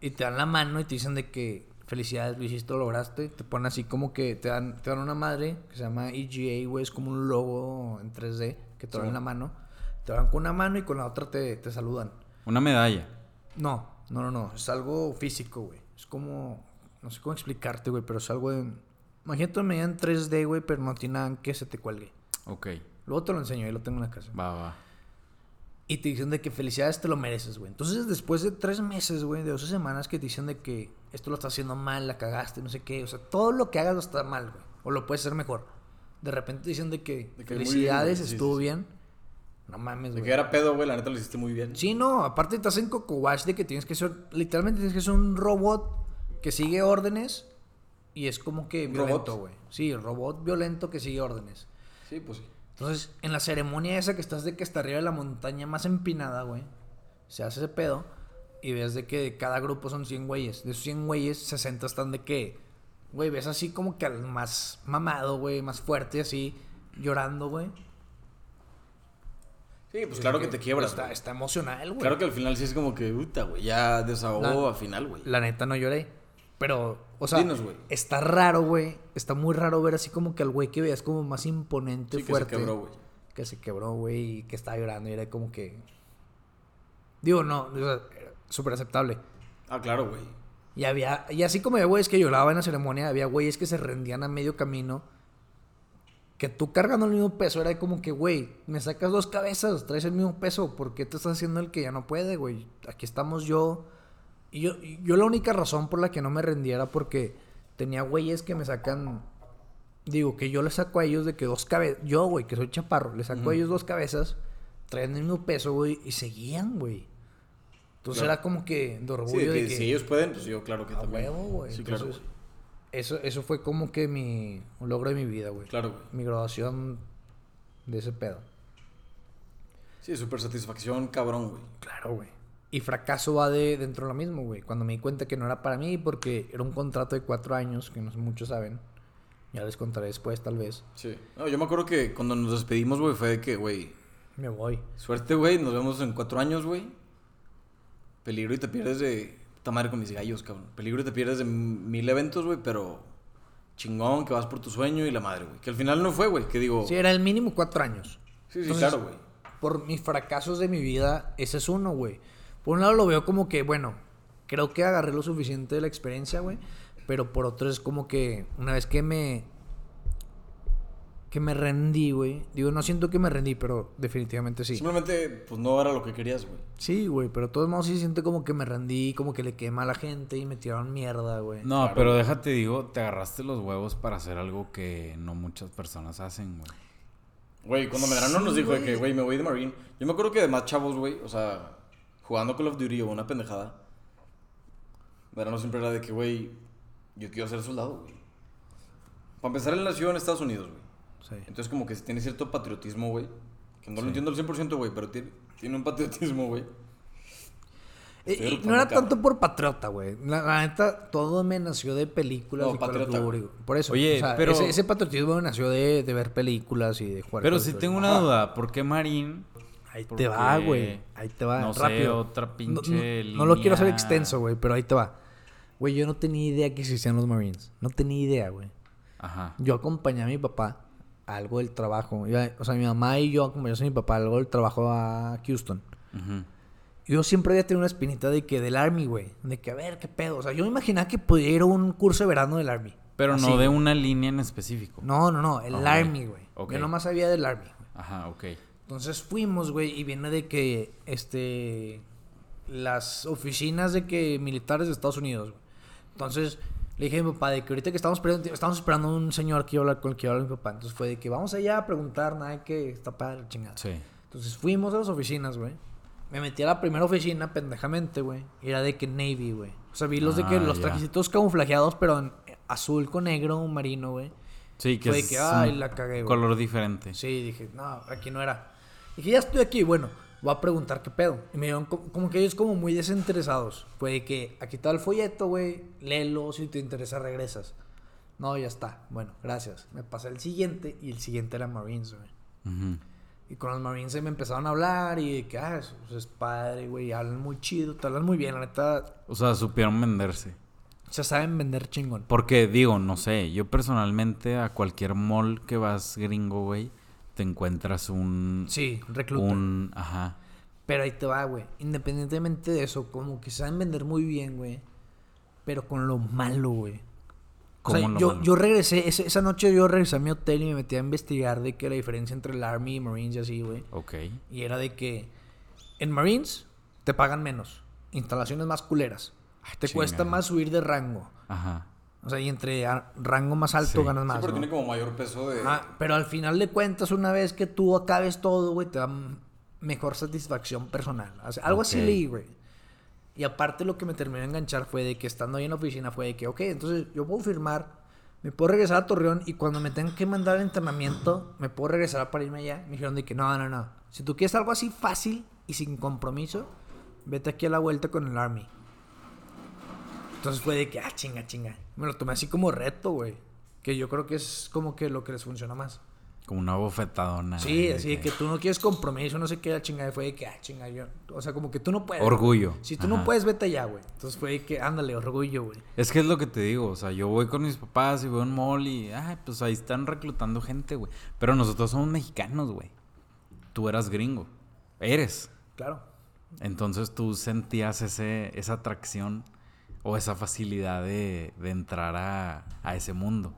[SPEAKER 3] Y te dan la mano y te dicen de que felicidades, lo hiciste, lo lograste. Te ponen así como que te dan, te dan una madre que se llama EGA, güey. Es como un logo en 3D que te dan en la mano. Te dan con una mano y con la otra te, te saludan.
[SPEAKER 2] Una medalla.
[SPEAKER 3] No, no, no, no. Es algo físico, güey. Es como. No sé cómo explicarte, güey, pero es algo de. Imagínate una medida en 3D, güey, pero no tiene nada que se te cuelgue.
[SPEAKER 2] Ok.
[SPEAKER 3] Luego te lo enseño, ahí lo tengo en la casa.
[SPEAKER 2] Va, va.
[SPEAKER 3] Y te dicen de que felicidades te lo mereces, güey. Entonces, después de tres meses, güey, de 12 semanas que te dicen de que esto lo estás haciendo mal, la cagaste, no sé qué. O sea, todo lo que hagas lo está mal, güey. O lo puedes hacer mejor. De repente te dicen de que,
[SPEAKER 1] De que muy bien,
[SPEAKER 3] felicidades,
[SPEAKER 1] güey. Sí,
[SPEAKER 3] estuvo
[SPEAKER 1] sí, sí.
[SPEAKER 3] bien. No mames,
[SPEAKER 1] De
[SPEAKER 3] güey.
[SPEAKER 1] que era pedo, güey, la neta lo hiciste muy bien.
[SPEAKER 3] Sí, no, aparte te hacen cocowash de que tienes que ser, literalmente tienes que ser un robot que sigue órdenes y es como que
[SPEAKER 1] ¿Un robot?
[SPEAKER 3] violento, güey. Sí, robot violento que sigue órdenes.
[SPEAKER 1] Sí, pues sí.
[SPEAKER 3] Entonces, en la ceremonia esa que estás de que está arriba de la montaña más empinada, güey, se hace ese pedo y ves de que de cada grupo son 100 güeyes. De esos 100 güeyes, 60 están de que, güey, ves así como que al más mamado, güey, más fuerte, así, llorando, güey.
[SPEAKER 1] Sí, pues claro que te quiebras.
[SPEAKER 3] Está,
[SPEAKER 1] güey.
[SPEAKER 3] está emocional, güey.
[SPEAKER 1] Claro que al final sí es como que, puta, güey, ya desahogó
[SPEAKER 3] La-
[SPEAKER 1] al final, güey.
[SPEAKER 3] La neta no lloré. Pero, o sea,
[SPEAKER 1] Dinos, güey.
[SPEAKER 3] está raro, güey. Está muy raro ver así como que al güey que veas como más imponente,
[SPEAKER 1] Sí, que
[SPEAKER 3] fuerte.
[SPEAKER 1] se quebró, güey.
[SPEAKER 3] que se quebró, güey, y que estaba llorando y era como que... Digo, no, o sea, era súper aceptable.
[SPEAKER 1] Ah, claro, güey.
[SPEAKER 3] Y había, y así como había güeyes que lloraban en la ceremonia, había güeyes que se rendían a medio camino. Que tú cargando el mismo peso era como que, güey, me sacas dos cabezas, traes el mismo peso, ¿por qué te estás haciendo el que ya no puede, güey? Aquí estamos yo. Y yo, y yo la única razón por la que no me rendiera porque tenía güeyes que me sacan, digo, que yo les saco a ellos de que dos cabezas, yo, güey, que soy chaparro, les saco a ellos dos cabezas, traen el mismo peso, güey, y seguían, güey. Entonces
[SPEAKER 1] Claro.
[SPEAKER 3] era como que de
[SPEAKER 1] Sí,
[SPEAKER 3] orgullo
[SPEAKER 1] de que,
[SPEAKER 3] de que...
[SPEAKER 1] si ellos pueden, pues yo claro que
[SPEAKER 3] A
[SPEAKER 1] también.
[SPEAKER 3] Ah, huevo, güey.
[SPEAKER 1] Sí, claro,
[SPEAKER 3] Entonces, eso, eso fue como que mi un logro de mi vida, güey.
[SPEAKER 1] güey. Claro, güey.
[SPEAKER 3] Mi graduación de ese pedo.
[SPEAKER 1] Sí, súper satisfacción, cabrón, güey.
[SPEAKER 3] Claro, güey. Y fracaso va de dentro de lo mismo, güey. Cuando me di cuenta que no era para mí, porque era un contrato de cuatro años, que no muchos saben. Ya les contaré después, tal vez.
[SPEAKER 1] Sí. No, yo me acuerdo que cuando nos despedimos, güey, fue de que, güey,
[SPEAKER 3] Me voy.
[SPEAKER 1] suerte, güey, nos vemos en cuatro años, güey. Peligro y te pierdes de. Puta madre con mis gallos, cabrón. Peligro y te pierdes de mil eventos, güey, pero chingón, que vas por tu sueño y la madre, güey. Que al final no fue, güey, que digo.
[SPEAKER 3] Sí, era el mínimo cuatro años.
[SPEAKER 1] Oh. Sí, sí,
[SPEAKER 3] Entonces,
[SPEAKER 1] claro, güey.
[SPEAKER 3] Por mis fracasos de mi vida, ese es uno, güey. Por un lado lo veo como que, bueno, creo que agarré lo suficiente de la experiencia, güey. Pero por otro es como que una vez que me... Que me rendí, güey. Digo, no siento que me rendí, pero definitivamente sí.
[SPEAKER 1] Simplemente, pues no era lo que querías, güey.
[SPEAKER 3] Sí, güey, pero de todos modos sí siento como que me rendí, como que le quema a la gente y me tiraron mierda, güey.
[SPEAKER 2] No, pero déjate, digo, te agarraste los huevos para hacer algo que no muchas personas hacen, güey.
[SPEAKER 1] Güey, cuando Medrano nos dijo de que, güey, me voy de Marine. Yo me acuerdo que además, chavos, güey, o sea, jugando Call of Duty o una pendejada, Medrano siempre era de que, güey, yo quiero ser soldado, güey. Para empezar, él nació en Estados Unidos, güey.
[SPEAKER 3] Sí.
[SPEAKER 1] Entonces, como que tiene cierto patriotismo, güey. Que no lo entiendo al 100%, güey, pero tiene, tiene un patriotismo, güey.
[SPEAKER 3] Eh,
[SPEAKER 1] Estoy
[SPEAKER 3] y
[SPEAKER 1] eructando,
[SPEAKER 3] no era
[SPEAKER 1] cabrón.
[SPEAKER 3] tanto por patriota, güey. La, la neta, todo me nació de películas
[SPEAKER 1] No,
[SPEAKER 3] y Call of
[SPEAKER 1] patriota,
[SPEAKER 3] Duty,
[SPEAKER 1] güey.
[SPEAKER 3] güey. Por eso.
[SPEAKER 2] Oye,
[SPEAKER 3] o sea,
[SPEAKER 2] pero-
[SPEAKER 3] Ese, ese patriotismo me nació de, de ver películas y de jugar.
[SPEAKER 2] Pero
[SPEAKER 3] Call of
[SPEAKER 2] sí
[SPEAKER 3] Duty.
[SPEAKER 2] tengo una duda. ¿Por qué Marín?
[SPEAKER 3] Ahí
[SPEAKER 2] porque-
[SPEAKER 3] te va, güey. Ahí te va.
[SPEAKER 2] No sé,
[SPEAKER 3] rápido.
[SPEAKER 2] otra
[SPEAKER 3] No- no-
[SPEAKER 2] pinche
[SPEAKER 3] No, lo quiero hacer
[SPEAKER 2] línea.
[SPEAKER 3] extenso, güey, pero ahí te va. Güey, yo no tenía idea que existían los Marines. No tenía idea, güey.
[SPEAKER 2] Ajá.
[SPEAKER 3] Yo acompañé a mi papá a algo del trabajo. Iba- o sea, mi mamá y yo acompañamos a mi papá a algo del trabajo a Houston.
[SPEAKER 2] ujú.
[SPEAKER 3] Yo siempre había tenido una espinita de que del Army, güey. De que, a ver, qué pedo. O sea, yo me imaginaba que pudiera ir a un curso de verano del Army.
[SPEAKER 2] Pero
[SPEAKER 3] Así.
[SPEAKER 2] no de una línea en específico.
[SPEAKER 3] No, no, no, el
[SPEAKER 2] Ok,
[SPEAKER 3] Army, güey.
[SPEAKER 2] ok.
[SPEAKER 3] Yo nomás sabía del Army.
[SPEAKER 2] Ajá, ok.
[SPEAKER 3] Entonces fuimos, güey, y viene de que, este, las oficinas de que militares de Estados Unidos, güey. Entonces le dije a mi papá de que ahorita que estamos esperando, estamos esperando a un señor que iba a hablar con el que iba a hablar mi papá. Entonces fue de que vamos allá a preguntar, nada, que está padre, la chingada.
[SPEAKER 2] Sí.
[SPEAKER 3] Entonces fuimos a las oficinas, güey. Me metí a la primera oficina, pendejamente, güey. Y era de que Navy, güey. O sea, vi los de que
[SPEAKER 2] Ah,
[SPEAKER 3] los
[SPEAKER 2] ya.
[SPEAKER 3] trajecitos camuflajeados, pero en azul con negro, marino, güey.
[SPEAKER 2] Sí, que
[SPEAKER 3] Fue de
[SPEAKER 2] es
[SPEAKER 3] que, ay,
[SPEAKER 2] un
[SPEAKER 3] la cagué, güey.
[SPEAKER 2] color diferente.
[SPEAKER 3] Sí, dije, no, aquí no era. Dije, ya estoy aquí, bueno, voy a preguntar qué pedo. Y me dieron co- como que ellos como muy desinteresados. Fue de que, aquí está el folleto, güey, léelo, si te interesa regresas. No, ya está, bueno, gracias. Me pasé al siguiente y el siguiente era Marines, güey.
[SPEAKER 2] Ujú.
[SPEAKER 3] Y con los Marines se me empezaron a hablar y de que, ah, es, es padre, güey, hablan muy chido, te hablan muy bien, la neta,
[SPEAKER 2] O sea, supieron venderse.
[SPEAKER 3] se saben vender chingón.
[SPEAKER 2] Porque digo, no sé, yo personalmente a cualquier mall que vas gringo, güey, te encuentras un...
[SPEAKER 3] Sí, recluta.
[SPEAKER 2] un... Ajá.
[SPEAKER 3] Pero ahí te va, güey. Independientemente de eso, como que saben vender muy bien, güey. Pero con lo malo, güey. O sea,
[SPEAKER 2] ¿Cómo lo
[SPEAKER 3] yo,
[SPEAKER 2] malo?
[SPEAKER 3] yo regresé, ese- esa noche yo regresé a mi hotel y me metí a investigar de qué era la diferencia entre el Army y Marines y así, güey.
[SPEAKER 2] Ok.
[SPEAKER 3] Y era de que en Marines te pagan menos. Instalaciones más culeras. Te
[SPEAKER 2] chinga.
[SPEAKER 3] cuesta más subir de rango.
[SPEAKER 2] Ajá.
[SPEAKER 3] O sea, y entre a- rango más alto
[SPEAKER 2] Sí.
[SPEAKER 3] ganas más.
[SPEAKER 1] porque
[SPEAKER 3] ¿no?
[SPEAKER 1] tiene como mayor peso de.
[SPEAKER 3] Ah, pero al final de cuentas, una vez que tú acabes todo, güey, te da m- mejor satisfacción personal. O sea, algo
[SPEAKER 2] Ok.
[SPEAKER 3] así leí, güey. Y aparte lo que me terminó de enganchar fue de que estando ahí en la oficina fue de que, ok, entonces yo puedo firmar, me puedo regresar a Torreón y cuando me tengan que mandar al entrenamiento, me puedo regresar para irme allá. Me dijeron de que no, no, no. Si tú quieres algo así fácil y sin compromiso, vete aquí a la vuelta con el Army. Entonces fue de que, ah, chinga, chinga. Me lo tomé así como reto, güey. Que yo creo que es como que lo que les funciona más.
[SPEAKER 2] Como una bofetadona.
[SPEAKER 3] Sí,
[SPEAKER 2] güey,
[SPEAKER 3] así de que tú no quieres compromiso, no sé qué, la chingada fue de que, ah, chinga, yo. O sea, como que tú no puedes.
[SPEAKER 2] Orgullo.
[SPEAKER 3] Si tú
[SPEAKER 2] Ajá.
[SPEAKER 3] no puedes, vete allá, güey. Entonces fue de que, ándale, orgullo, güey.
[SPEAKER 2] Es que es lo que te digo, o sea, yo voy con mis papás y veo un mall y, ay, pues ahí están reclutando gente, güey. Pero nosotros somos mexicanos, güey. Tú eras gringo. Eres.
[SPEAKER 3] Claro.
[SPEAKER 2] Entonces tú sentías ese, esa atracción o esa facilidad de, de entrar a, a ese mundo.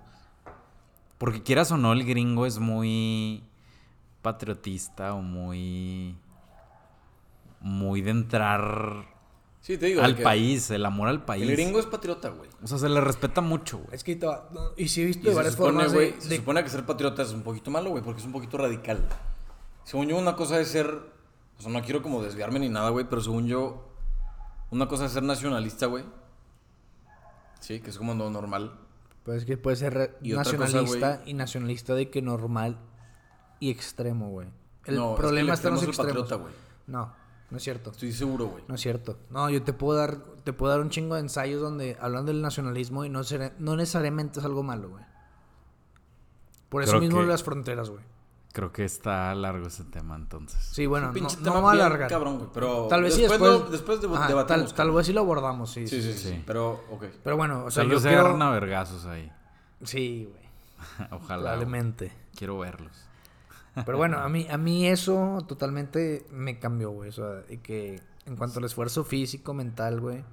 [SPEAKER 2] Porque quieras o no, el gringo es muy patriotista o muy... Muy de entrar
[SPEAKER 1] Sí, te digo. de
[SPEAKER 2] al
[SPEAKER 1] que
[SPEAKER 2] país, el amor al país.
[SPEAKER 1] El gringo es patriota, güey.
[SPEAKER 2] O sea, se le respeta mucho, güey.
[SPEAKER 3] Es que te va- no, Y sí he
[SPEAKER 1] Y
[SPEAKER 3] visto de
[SPEAKER 1] se
[SPEAKER 3] varias
[SPEAKER 1] supone,
[SPEAKER 3] formas,
[SPEAKER 1] güey,
[SPEAKER 3] de-
[SPEAKER 1] se
[SPEAKER 3] de-
[SPEAKER 1] supone que ser patriota es un poquito malo, güey, porque es un poquito radical. Según yo, una cosa es ser. O sea, no quiero como desviarme ni nada, güey, pero según yo, una cosa es ser nacionalista, güey. Sí, que es como no normal.
[SPEAKER 3] Pues es que puede ser re-
[SPEAKER 1] Y otra cosa,
[SPEAKER 3] nacionalista
[SPEAKER 1] güey.
[SPEAKER 3] y nacionalista de que normal y extremo, güey. El
[SPEAKER 1] No, es que
[SPEAKER 3] problema
[SPEAKER 1] el
[SPEAKER 3] está en los
[SPEAKER 1] extremo es el
[SPEAKER 3] extremos.
[SPEAKER 1] patriota, güey.
[SPEAKER 3] no, no es cierto.
[SPEAKER 1] Estoy seguro, güey.
[SPEAKER 3] No es cierto. No, yo te puedo dar, te puedo dar un chingo de ensayos donde hablan del nacionalismo y no, será- no necesariamente es algo malo, güey. Por eso
[SPEAKER 2] Creo
[SPEAKER 3] mismo
[SPEAKER 2] que-
[SPEAKER 3] las fronteras, güey.
[SPEAKER 2] Creo que está largo ese tema entonces.
[SPEAKER 3] Sí, bueno, no,
[SPEAKER 1] pinche
[SPEAKER 3] no
[SPEAKER 1] tema
[SPEAKER 3] me voy a
[SPEAKER 1] bien
[SPEAKER 3] alargar.
[SPEAKER 1] cabrón, güey, pero
[SPEAKER 3] tal vez sí
[SPEAKER 1] después
[SPEAKER 3] después.
[SPEAKER 1] lo- después debo-
[SPEAKER 3] Ajá,
[SPEAKER 1] debatimos,
[SPEAKER 3] tal, tal
[SPEAKER 1] cabrón.
[SPEAKER 3] vez sí lo abordamos, sí.
[SPEAKER 1] Sí,
[SPEAKER 3] sí.
[SPEAKER 1] sí, sí,
[SPEAKER 2] Sí.
[SPEAKER 1] Pero, ok.
[SPEAKER 3] Pero bueno, o sea,
[SPEAKER 2] Tal
[SPEAKER 3] yo
[SPEAKER 2] vez se
[SPEAKER 3] creo-
[SPEAKER 2] agarran a vergazos ahí.
[SPEAKER 3] Sí, güey.
[SPEAKER 2] Ojalá. güey.
[SPEAKER 3] Probablemente.
[SPEAKER 2] Quiero verlos.
[SPEAKER 3] Pero bueno, a mí, a mí eso totalmente me cambió, güey. O sea, de que en cuanto al esfuerzo físico, mental, güey.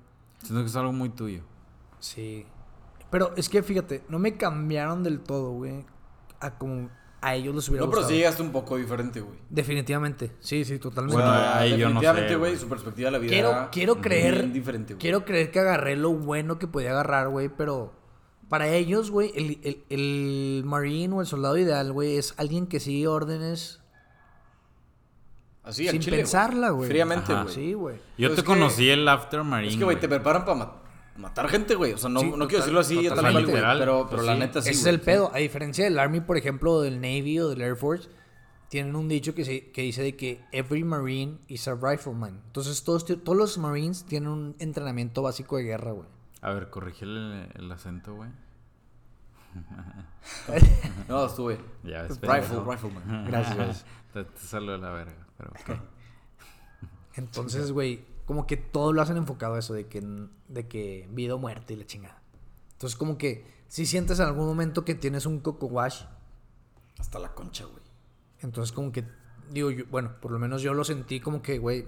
[SPEAKER 2] Siento que es algo muy tuyo.
[SPEAKER 3] Sí. Pero es que fíjate, no me cambiaron del todo, güey. A como a ellos les hubiera
[SPEAKER 1] No, pero
[SPEAKER 3] gustado.
[SPEAKER 1] sí llegaste un poco diferente, güey.
[SPEAKER 3] Definitivamente. Sí, sí, totalmente.
[SPEAKER 2] Bueno,
[SPEAKER 1] O sea,
[SPEAKER 2] ahí yo no
[SPEAKER 1] definitivamente,
[SPEAKER 2] sé,
[SPEAKER 1] güey,
[SPEAKER 2] güey.
[SPEAKER 1] su perspectiva de la vida
[SPEAKER 3] quiero
[SPEAKER 1] era
[SPEAKER 3] quiero creer.
[SPEAKER 1] bien diferente, güey.
[SPEAKER 3] quiero creer que agarré lo bueno que podía agarrar, güey, pero para ellos, güey, el, el, el marine o el soldado ideal, güey, es alguien que sigue órdenes
[SPEAKER 1] Así, al
[SPEAKER 3] sin
[SPEAKER 1] chile, güey.
[SPEAKER 3] pensarla, güey.
[SPEAKER 1] Fríamente,
[SPEAKER 2] Ajá.
[SPEAKER 1] güey.
[SPEAKER 3] Sí, güey.
[SPEAKER 2] Yo
[SPEAKER 1] Pero es
[SPEAKER 2] te
[SPEAKER 1] que-
[SPEAKER 2] conocí el After Marine.
[SPEAKER 1] Es que, güey, te
[SPEAKER 2] güey.
[SPEAKER 1] preparan para ma- matar gente, güey. O sea, no,
[SPEAKER 3] Sí,
[SPEAKER 1] no
[SPEAKER 3] total-
[SPEAKER 1] quiero decirlo así, tal
[SPEAKER 2] totalmente.
[SPEAKER 1] cual, güey,
[SPEAKER 2] Literal,
[SPEAKER 1] Pero,
[SPEAKER 2] pues
[SPEAKER 1] pero la
[SPEAKER 2] sí.
[SPEAKER 1] neta sí.
[SPEAKER 3] Ese es
[SPEAKER 1] güey.
[SPEAKER 3] el pedo. A diferencia del Army, por ejemplo, o del Navy o del Air Force, tienen un dicho que, se- que dice de que every Marine is a rifleman. Entonces, todos, ti- todos los Marines tienen un entrenamiento básico de guerra, güey.
[SPEAKER 2] A ver, corrige el, el acento, güey.
[SPEAKER 1] No, estuve.
[SPEAKER 2] Ya, ves,
[SPEAKER 1] Rifle,
[SPEAKER 2] pendejo.
[SPEAKER 1] rifleman.
[SPEAKER 3] Gracias.
[SPEAKER 2] Te, te salgo de la verga, pero ok.
[SPEAKER 3] Entonces, güey, como que todo lo hacen enfocado a eso, de que, de que vida o muerte y la chingada. Entonces, como que si sientes en algún momento que tienes un coco wash,
[SPEAKER 1] Hasta la concha, güey.
[SPEAKER 3] entonces como que, digo, yo, bueno, por lo menos yo lo sentí como que, güey,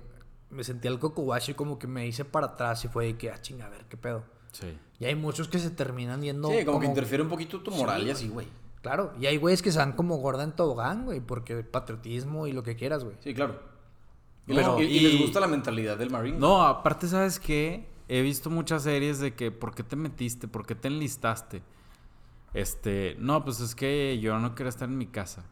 [SPEAKER 3] me sentí al coco wash y como que me hice para atrás y fue de que, ah, chinga, a ver, qué pedo.
[SPEAKER 2] Sí.
[SPEAKER 3] Y hay muchos que se terminan yendo.
[SPEAKER 1] sí, como, que interfiere un poquito tu moral y así, güey.
[SPEAKER 3] Claro, y hay güeyes que se van como gorda en tobogán, güey, porque patriotismo y lo que quieras, güey.
[SPEAKER 1] Sí, claro. Y,
[SPEAKER 2] Pero-
[SPEAKER 1] les, y- y
[SPEAKER 2] y-
[SPEAKER 1] les gusta la mentalidad del Marine.
[SPEAKER 2] No, aparte, ¿sabes qué? He visto muchas series de que ¿por qué te metiste? ¿Por qué te enlistaste? Este, no, pues es que yo no quería estar en mi casa.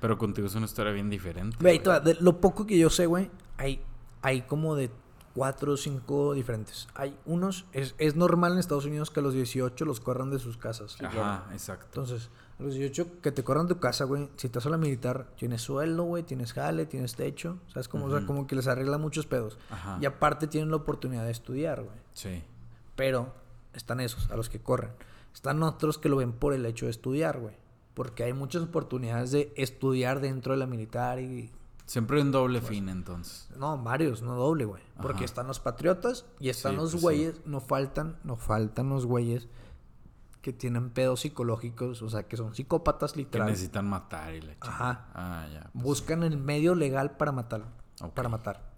[SPEAKER 2] Pero contigo es una historia bien diferente.
[SPEAKER 3] Güey,
[SPEAKER 2] güey.
[SPEAKER 3] toda- de lo poco que yo sé, güey, hay, hay como de cuatro o cinco diferentes. Hay unos, es, es normal en Estados Unidos que a los 18 los corran de sus casas.
[SPEAKER 2] Ajá,
[SPEAKER 1] claro.
[SPEAKER 2] exacto.
[SPEAKER 3] Entonces, a los 18 que te corran de tu casa, güey, si estás a la militar, tienes sueldo, güey, tienes jale, tienes techo, ¿sabes? Como, o sea, como que les arregla muchos pedos.
[SPEAKER 2] Ajá.
[SPEAKER 3] Y aparte tienen la oportunidad de estudiar, güey.
[SPEAKER 2] Sí.
[SPEAKER 3] Pero están esos, a los que corren. Están otros que lo ven por el hecho de estudiar, güey. Porque hay muchas oportunidades de estudiar dentro de la militar y...
[SPEAKER 2] Siempre un doble
[SPEAKER 3] Pues,
[SPEAKER 2] fin, entonces.
[SPEAKER 3] No, varios, no doble, güey. Porque
[SPEAKER 2] Ajá.
[SPEAKER 3] están los patriotas y están
[SPEAKER 2] Sí,
[SPEAKER 3] los
[SPEAKER 2] pues,
[SPEAKER 3] güeyes, no faltan, no faltan los güeyes que tienen pedos psicológicos, o sea, que son psicópatas
[SPEAKER 2] Que
[SPEAKER 3] literal.
[SPEAKER 2] necesitan matar y la chingada.
[SPEAKER 3] Ajá.
[SPEAKER 2] Ah, ya. pues.
[SPEAKER 3] Buscan el medio legal para matar.
[SPEAKER 2] Ok.
[SPEAKER 3] Para matar.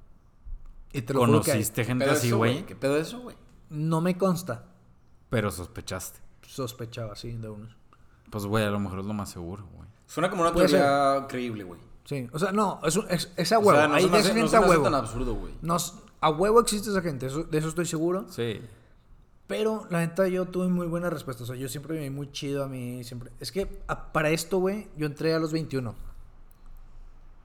[SPEAKER 3] Y te lo juro que hay-
[SPEAKER 2] ¿Conociste
[SPEAKER 1] ¿Qué
[SPEAKER 2] gente
[SPEAKER 1] pedo
[SPEAKER 2] así,
[SPEAKER 1] eso,
[SPEAKER 2] güey?
[SPEAKER 1] ¿Qué pedo eso, güey?
[SPEAKER 3] no me consta.
[SPEAKER 2] Pero sospechaste.
[SPEAKER 3] Sospechaba, sí, de unos.
[SPEAKER 2] Pues, güey, a lo mejor es lo más seguro, güey.
[SPEAKER 1] Suena como una
[SPEAKER 3] Puede
[SPEAKER 1] teoría creíble, güey.
[SPEAKER 3] Sí, o sea, no, es, un- es, es a
[SPEAKER 1] O
[SPEAKER 3] huevo.
[SPEAKER 1] sea, no
[SPEAKER 3] Ahí
[SPEAKER 1] se me
[SPEAKER 3] es
[SPEAKER 1] hace- no
[SPEAKER 3] gente
[SPEAKER 1] se me
[SPEAKER 3] a
[SPEAKER 1] hace
[SPEAKER 3] huevo.
[SPEAKER 1] tan absurdo, güey.
[SPEAKER 3] Nos- a huevo existe esa gente, eso- de eso estoy seguro.
[SPEAKER 2] Sí.
[SPEAKER 3] Pero la neta, yo tuve muy buenas respuestas. O sea, yo siempre me vi muy chido a mí. siempre Es que a- para esto, güey, yo entré a los 21.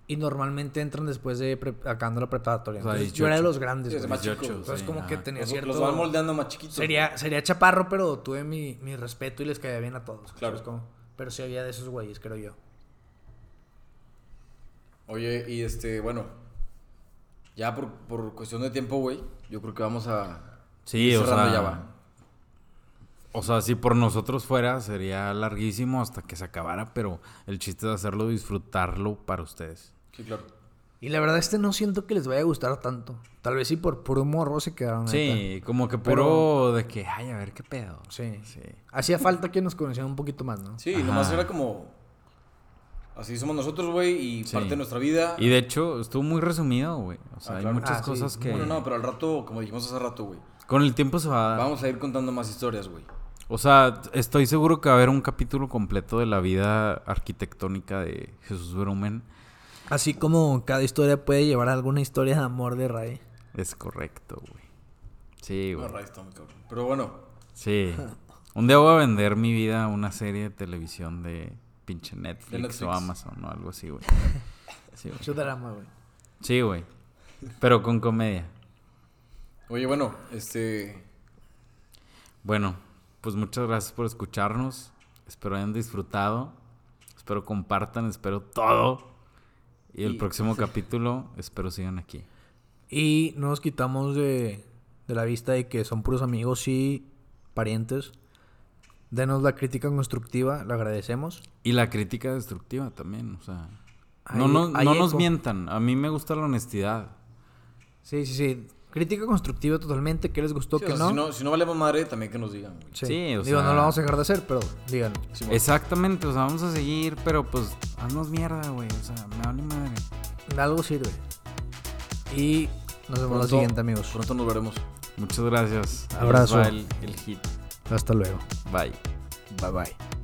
[SPEAKER 3] Y normalmente entran después de pre- acabando la preparatoria.
[SPEAKER 2] O sea,
[SPEAKER 3] Entonces, yo era de
[SPEAKER 2] 18.
[SPEAKER 3] los grandes.
[SPEAKER 1] Sí, es
[SPEAKER 3] güey.
[SPEAKER 1] más chico.
[SPEAKER 2] 18,
[SPEAKER 3] Entonces,
[SPEAKER 2] sí,
[SPEAKER 3] como que
[SPEAKER 2] ajá.
[SPEAKER 3] tenía
[SPEAKER 1] Los,
[SPEAKER 3] cierto.
[SPEAKER 1] los van moldeando más chiquitos.
[SPEAKER 3] Sería, sería chaparro, pero tuve mi, mi respeto y les caía bien a todos.
[SPEAKER 1] Claro.
[SPEAKER 3] ¿sabes cómo? Pero sí había de esos güeyes, creo yo.
[SPEAKER 1] Oye, y este, bueno, ya por, por cuestión de tiempo, güey, yo creo que vamos a
[SPEAKER 2] Sí,
[SPEAKER 1] ir
[SPEAKER 2] o
[SPEAKER 1] cerrando
[SPEAKER 2] sea,
[SPEAKER 1] ya va.
[SPEAKER 2] O sea, si por nosotros fuera, sería larguísimo hasta que se acabara, pero el chiste es hacerlo, disfrutarlo para ustedes.
[SPEAKER 1] Sí, claro.
[SPEAKER 3] Y la verdad, este no siento que les vaya a gustar tanto. Tal vez sí por puro morro se quedaron. neta.
[SPEAKER 2] Sí, como que puro de que, ay, a ver qué pedo.
[SPEAKER 3] Sí.
[SPEAKER 2] Sí.
[SPEAKER 3] Hacía falta que nos conocieran un poquito más, ¿no?
[SPEAKER 1] Sí,
[SPEAKER 2] Ajá.
[SPEAKER 1] nomás era como, así somos nosotros, güey, y
[SPEAKER 2] Sí.
[SPEAKER 1] parte de nuestra vida.
[SPEAKER 2] Y de hecho, estuvo muy resumido, güey. O sea,
[SPEAKER 1] Ah,
[SPEAKER 2] hay
[SPEAKER 1] claro.
[SPEAKER 2] muchas
[SPEAKER 3] Ah, sí.
[SPEAKER 2] cosas que.
[SPEAKER 1] Bueno, no, pero al rato, como dijimos hace rato, güey,
[SPEAKER 2] Con el tiempo se va a dar.
[SPEAKER 1] vamos a ir contando más historias, güey.
[SPEAKER 2] O sea, estoy seguro que va a haber un capítulo completo de la vida arquitectónica de Jesús Brumen.
[SPEAKER 3] Así como cada historia puede llevar a alguna historia de amor de Ray.
[SPEAKER 2] Es correcto, güey. Sí,
[SPEAKER 1] No,
[SPEAKER 2] güey.
[SPEAKER 1] Ray, está muy cabrón. Pero bueno,
[SPEAKER 2] Sí. Un día voy a vender mi vida a una serie de televisión de pinche Netflix,
[SPEAKER 1] De Netflix.
[SPEAKER 2] o Amazon o algo así, güey. Sí, güey.
[SPEAKER 3] Mucho drama, güey.
[SPEAKER 2] Sí, güey. Pero con comedia.
[SPEAKER 1] oye, bueno, este,
[SPEAKER 2] Bueno, pues muchas gracias por escucharnos. Espero hayan disfrutado. Espero compartan, espero todo. Y el
[SPEAKER 1] Y-
[SPEAKER 2] próximo capítulo, espero sigan aquí.
[SPEAKER 3] Y no nos quitamos de, de la vista de que son puros amigos y parientes. Denos la crítica constructiva, la agradecemos.
[SPEAKER 2] Y la crítica destructiva también, o sea.
[SPEAKER 3] Hay-
[SPEAKER 2] no no,
[SPEAKER 3] hay
[SPEAKER 2] no nos
[SPEAKER 3] eco.
[SPEAKER 2] mientan. A mí me gusta la honestidad.
[SPEAKER 3] Sí, sí, sí. Crítica constructiva totalmente, qué les gustó,
[SPEAKER 1] sí, o
[SPEAKER 3] qué
[SPEAKER 1] sea,
[SPEAKER 3] no.
[SPEAKER 1] si no, si no valemos madre, también que nos digan, güey.
[SPEAKER 3] Sí,
[SPEAKER 2] Sí, o
[SPEAKER 3] Digo,
[SPEAKER 2] sea-
[SPEAKER 3] no lo vamos a dejar de hacer, pero díganlo.
[SPEAKER 1] Sí, bueno.
[SPEAKER 2] Exactamente, o sea, vamos a seguir, pero pues haznos mierda, güey. O sea, me vale madre.
[SPEAKER 3] De algo sirve. Y nos vemos la
[SPEAKER 1] Pronto-
[SPEAKER 3] siguiente, amigos.
[SPEAKER 1] Pronto nos veremos.
[SPEAKER 2] Muchas gracias. Ahí les
[SPEAKER 3] Abrazo.
[SPEAKER 2] va El, el hit.
[SPEAKER 3] Hasta luego.
[SPEAKER 2] Bye.
[SPEAKER 3] Bye bye.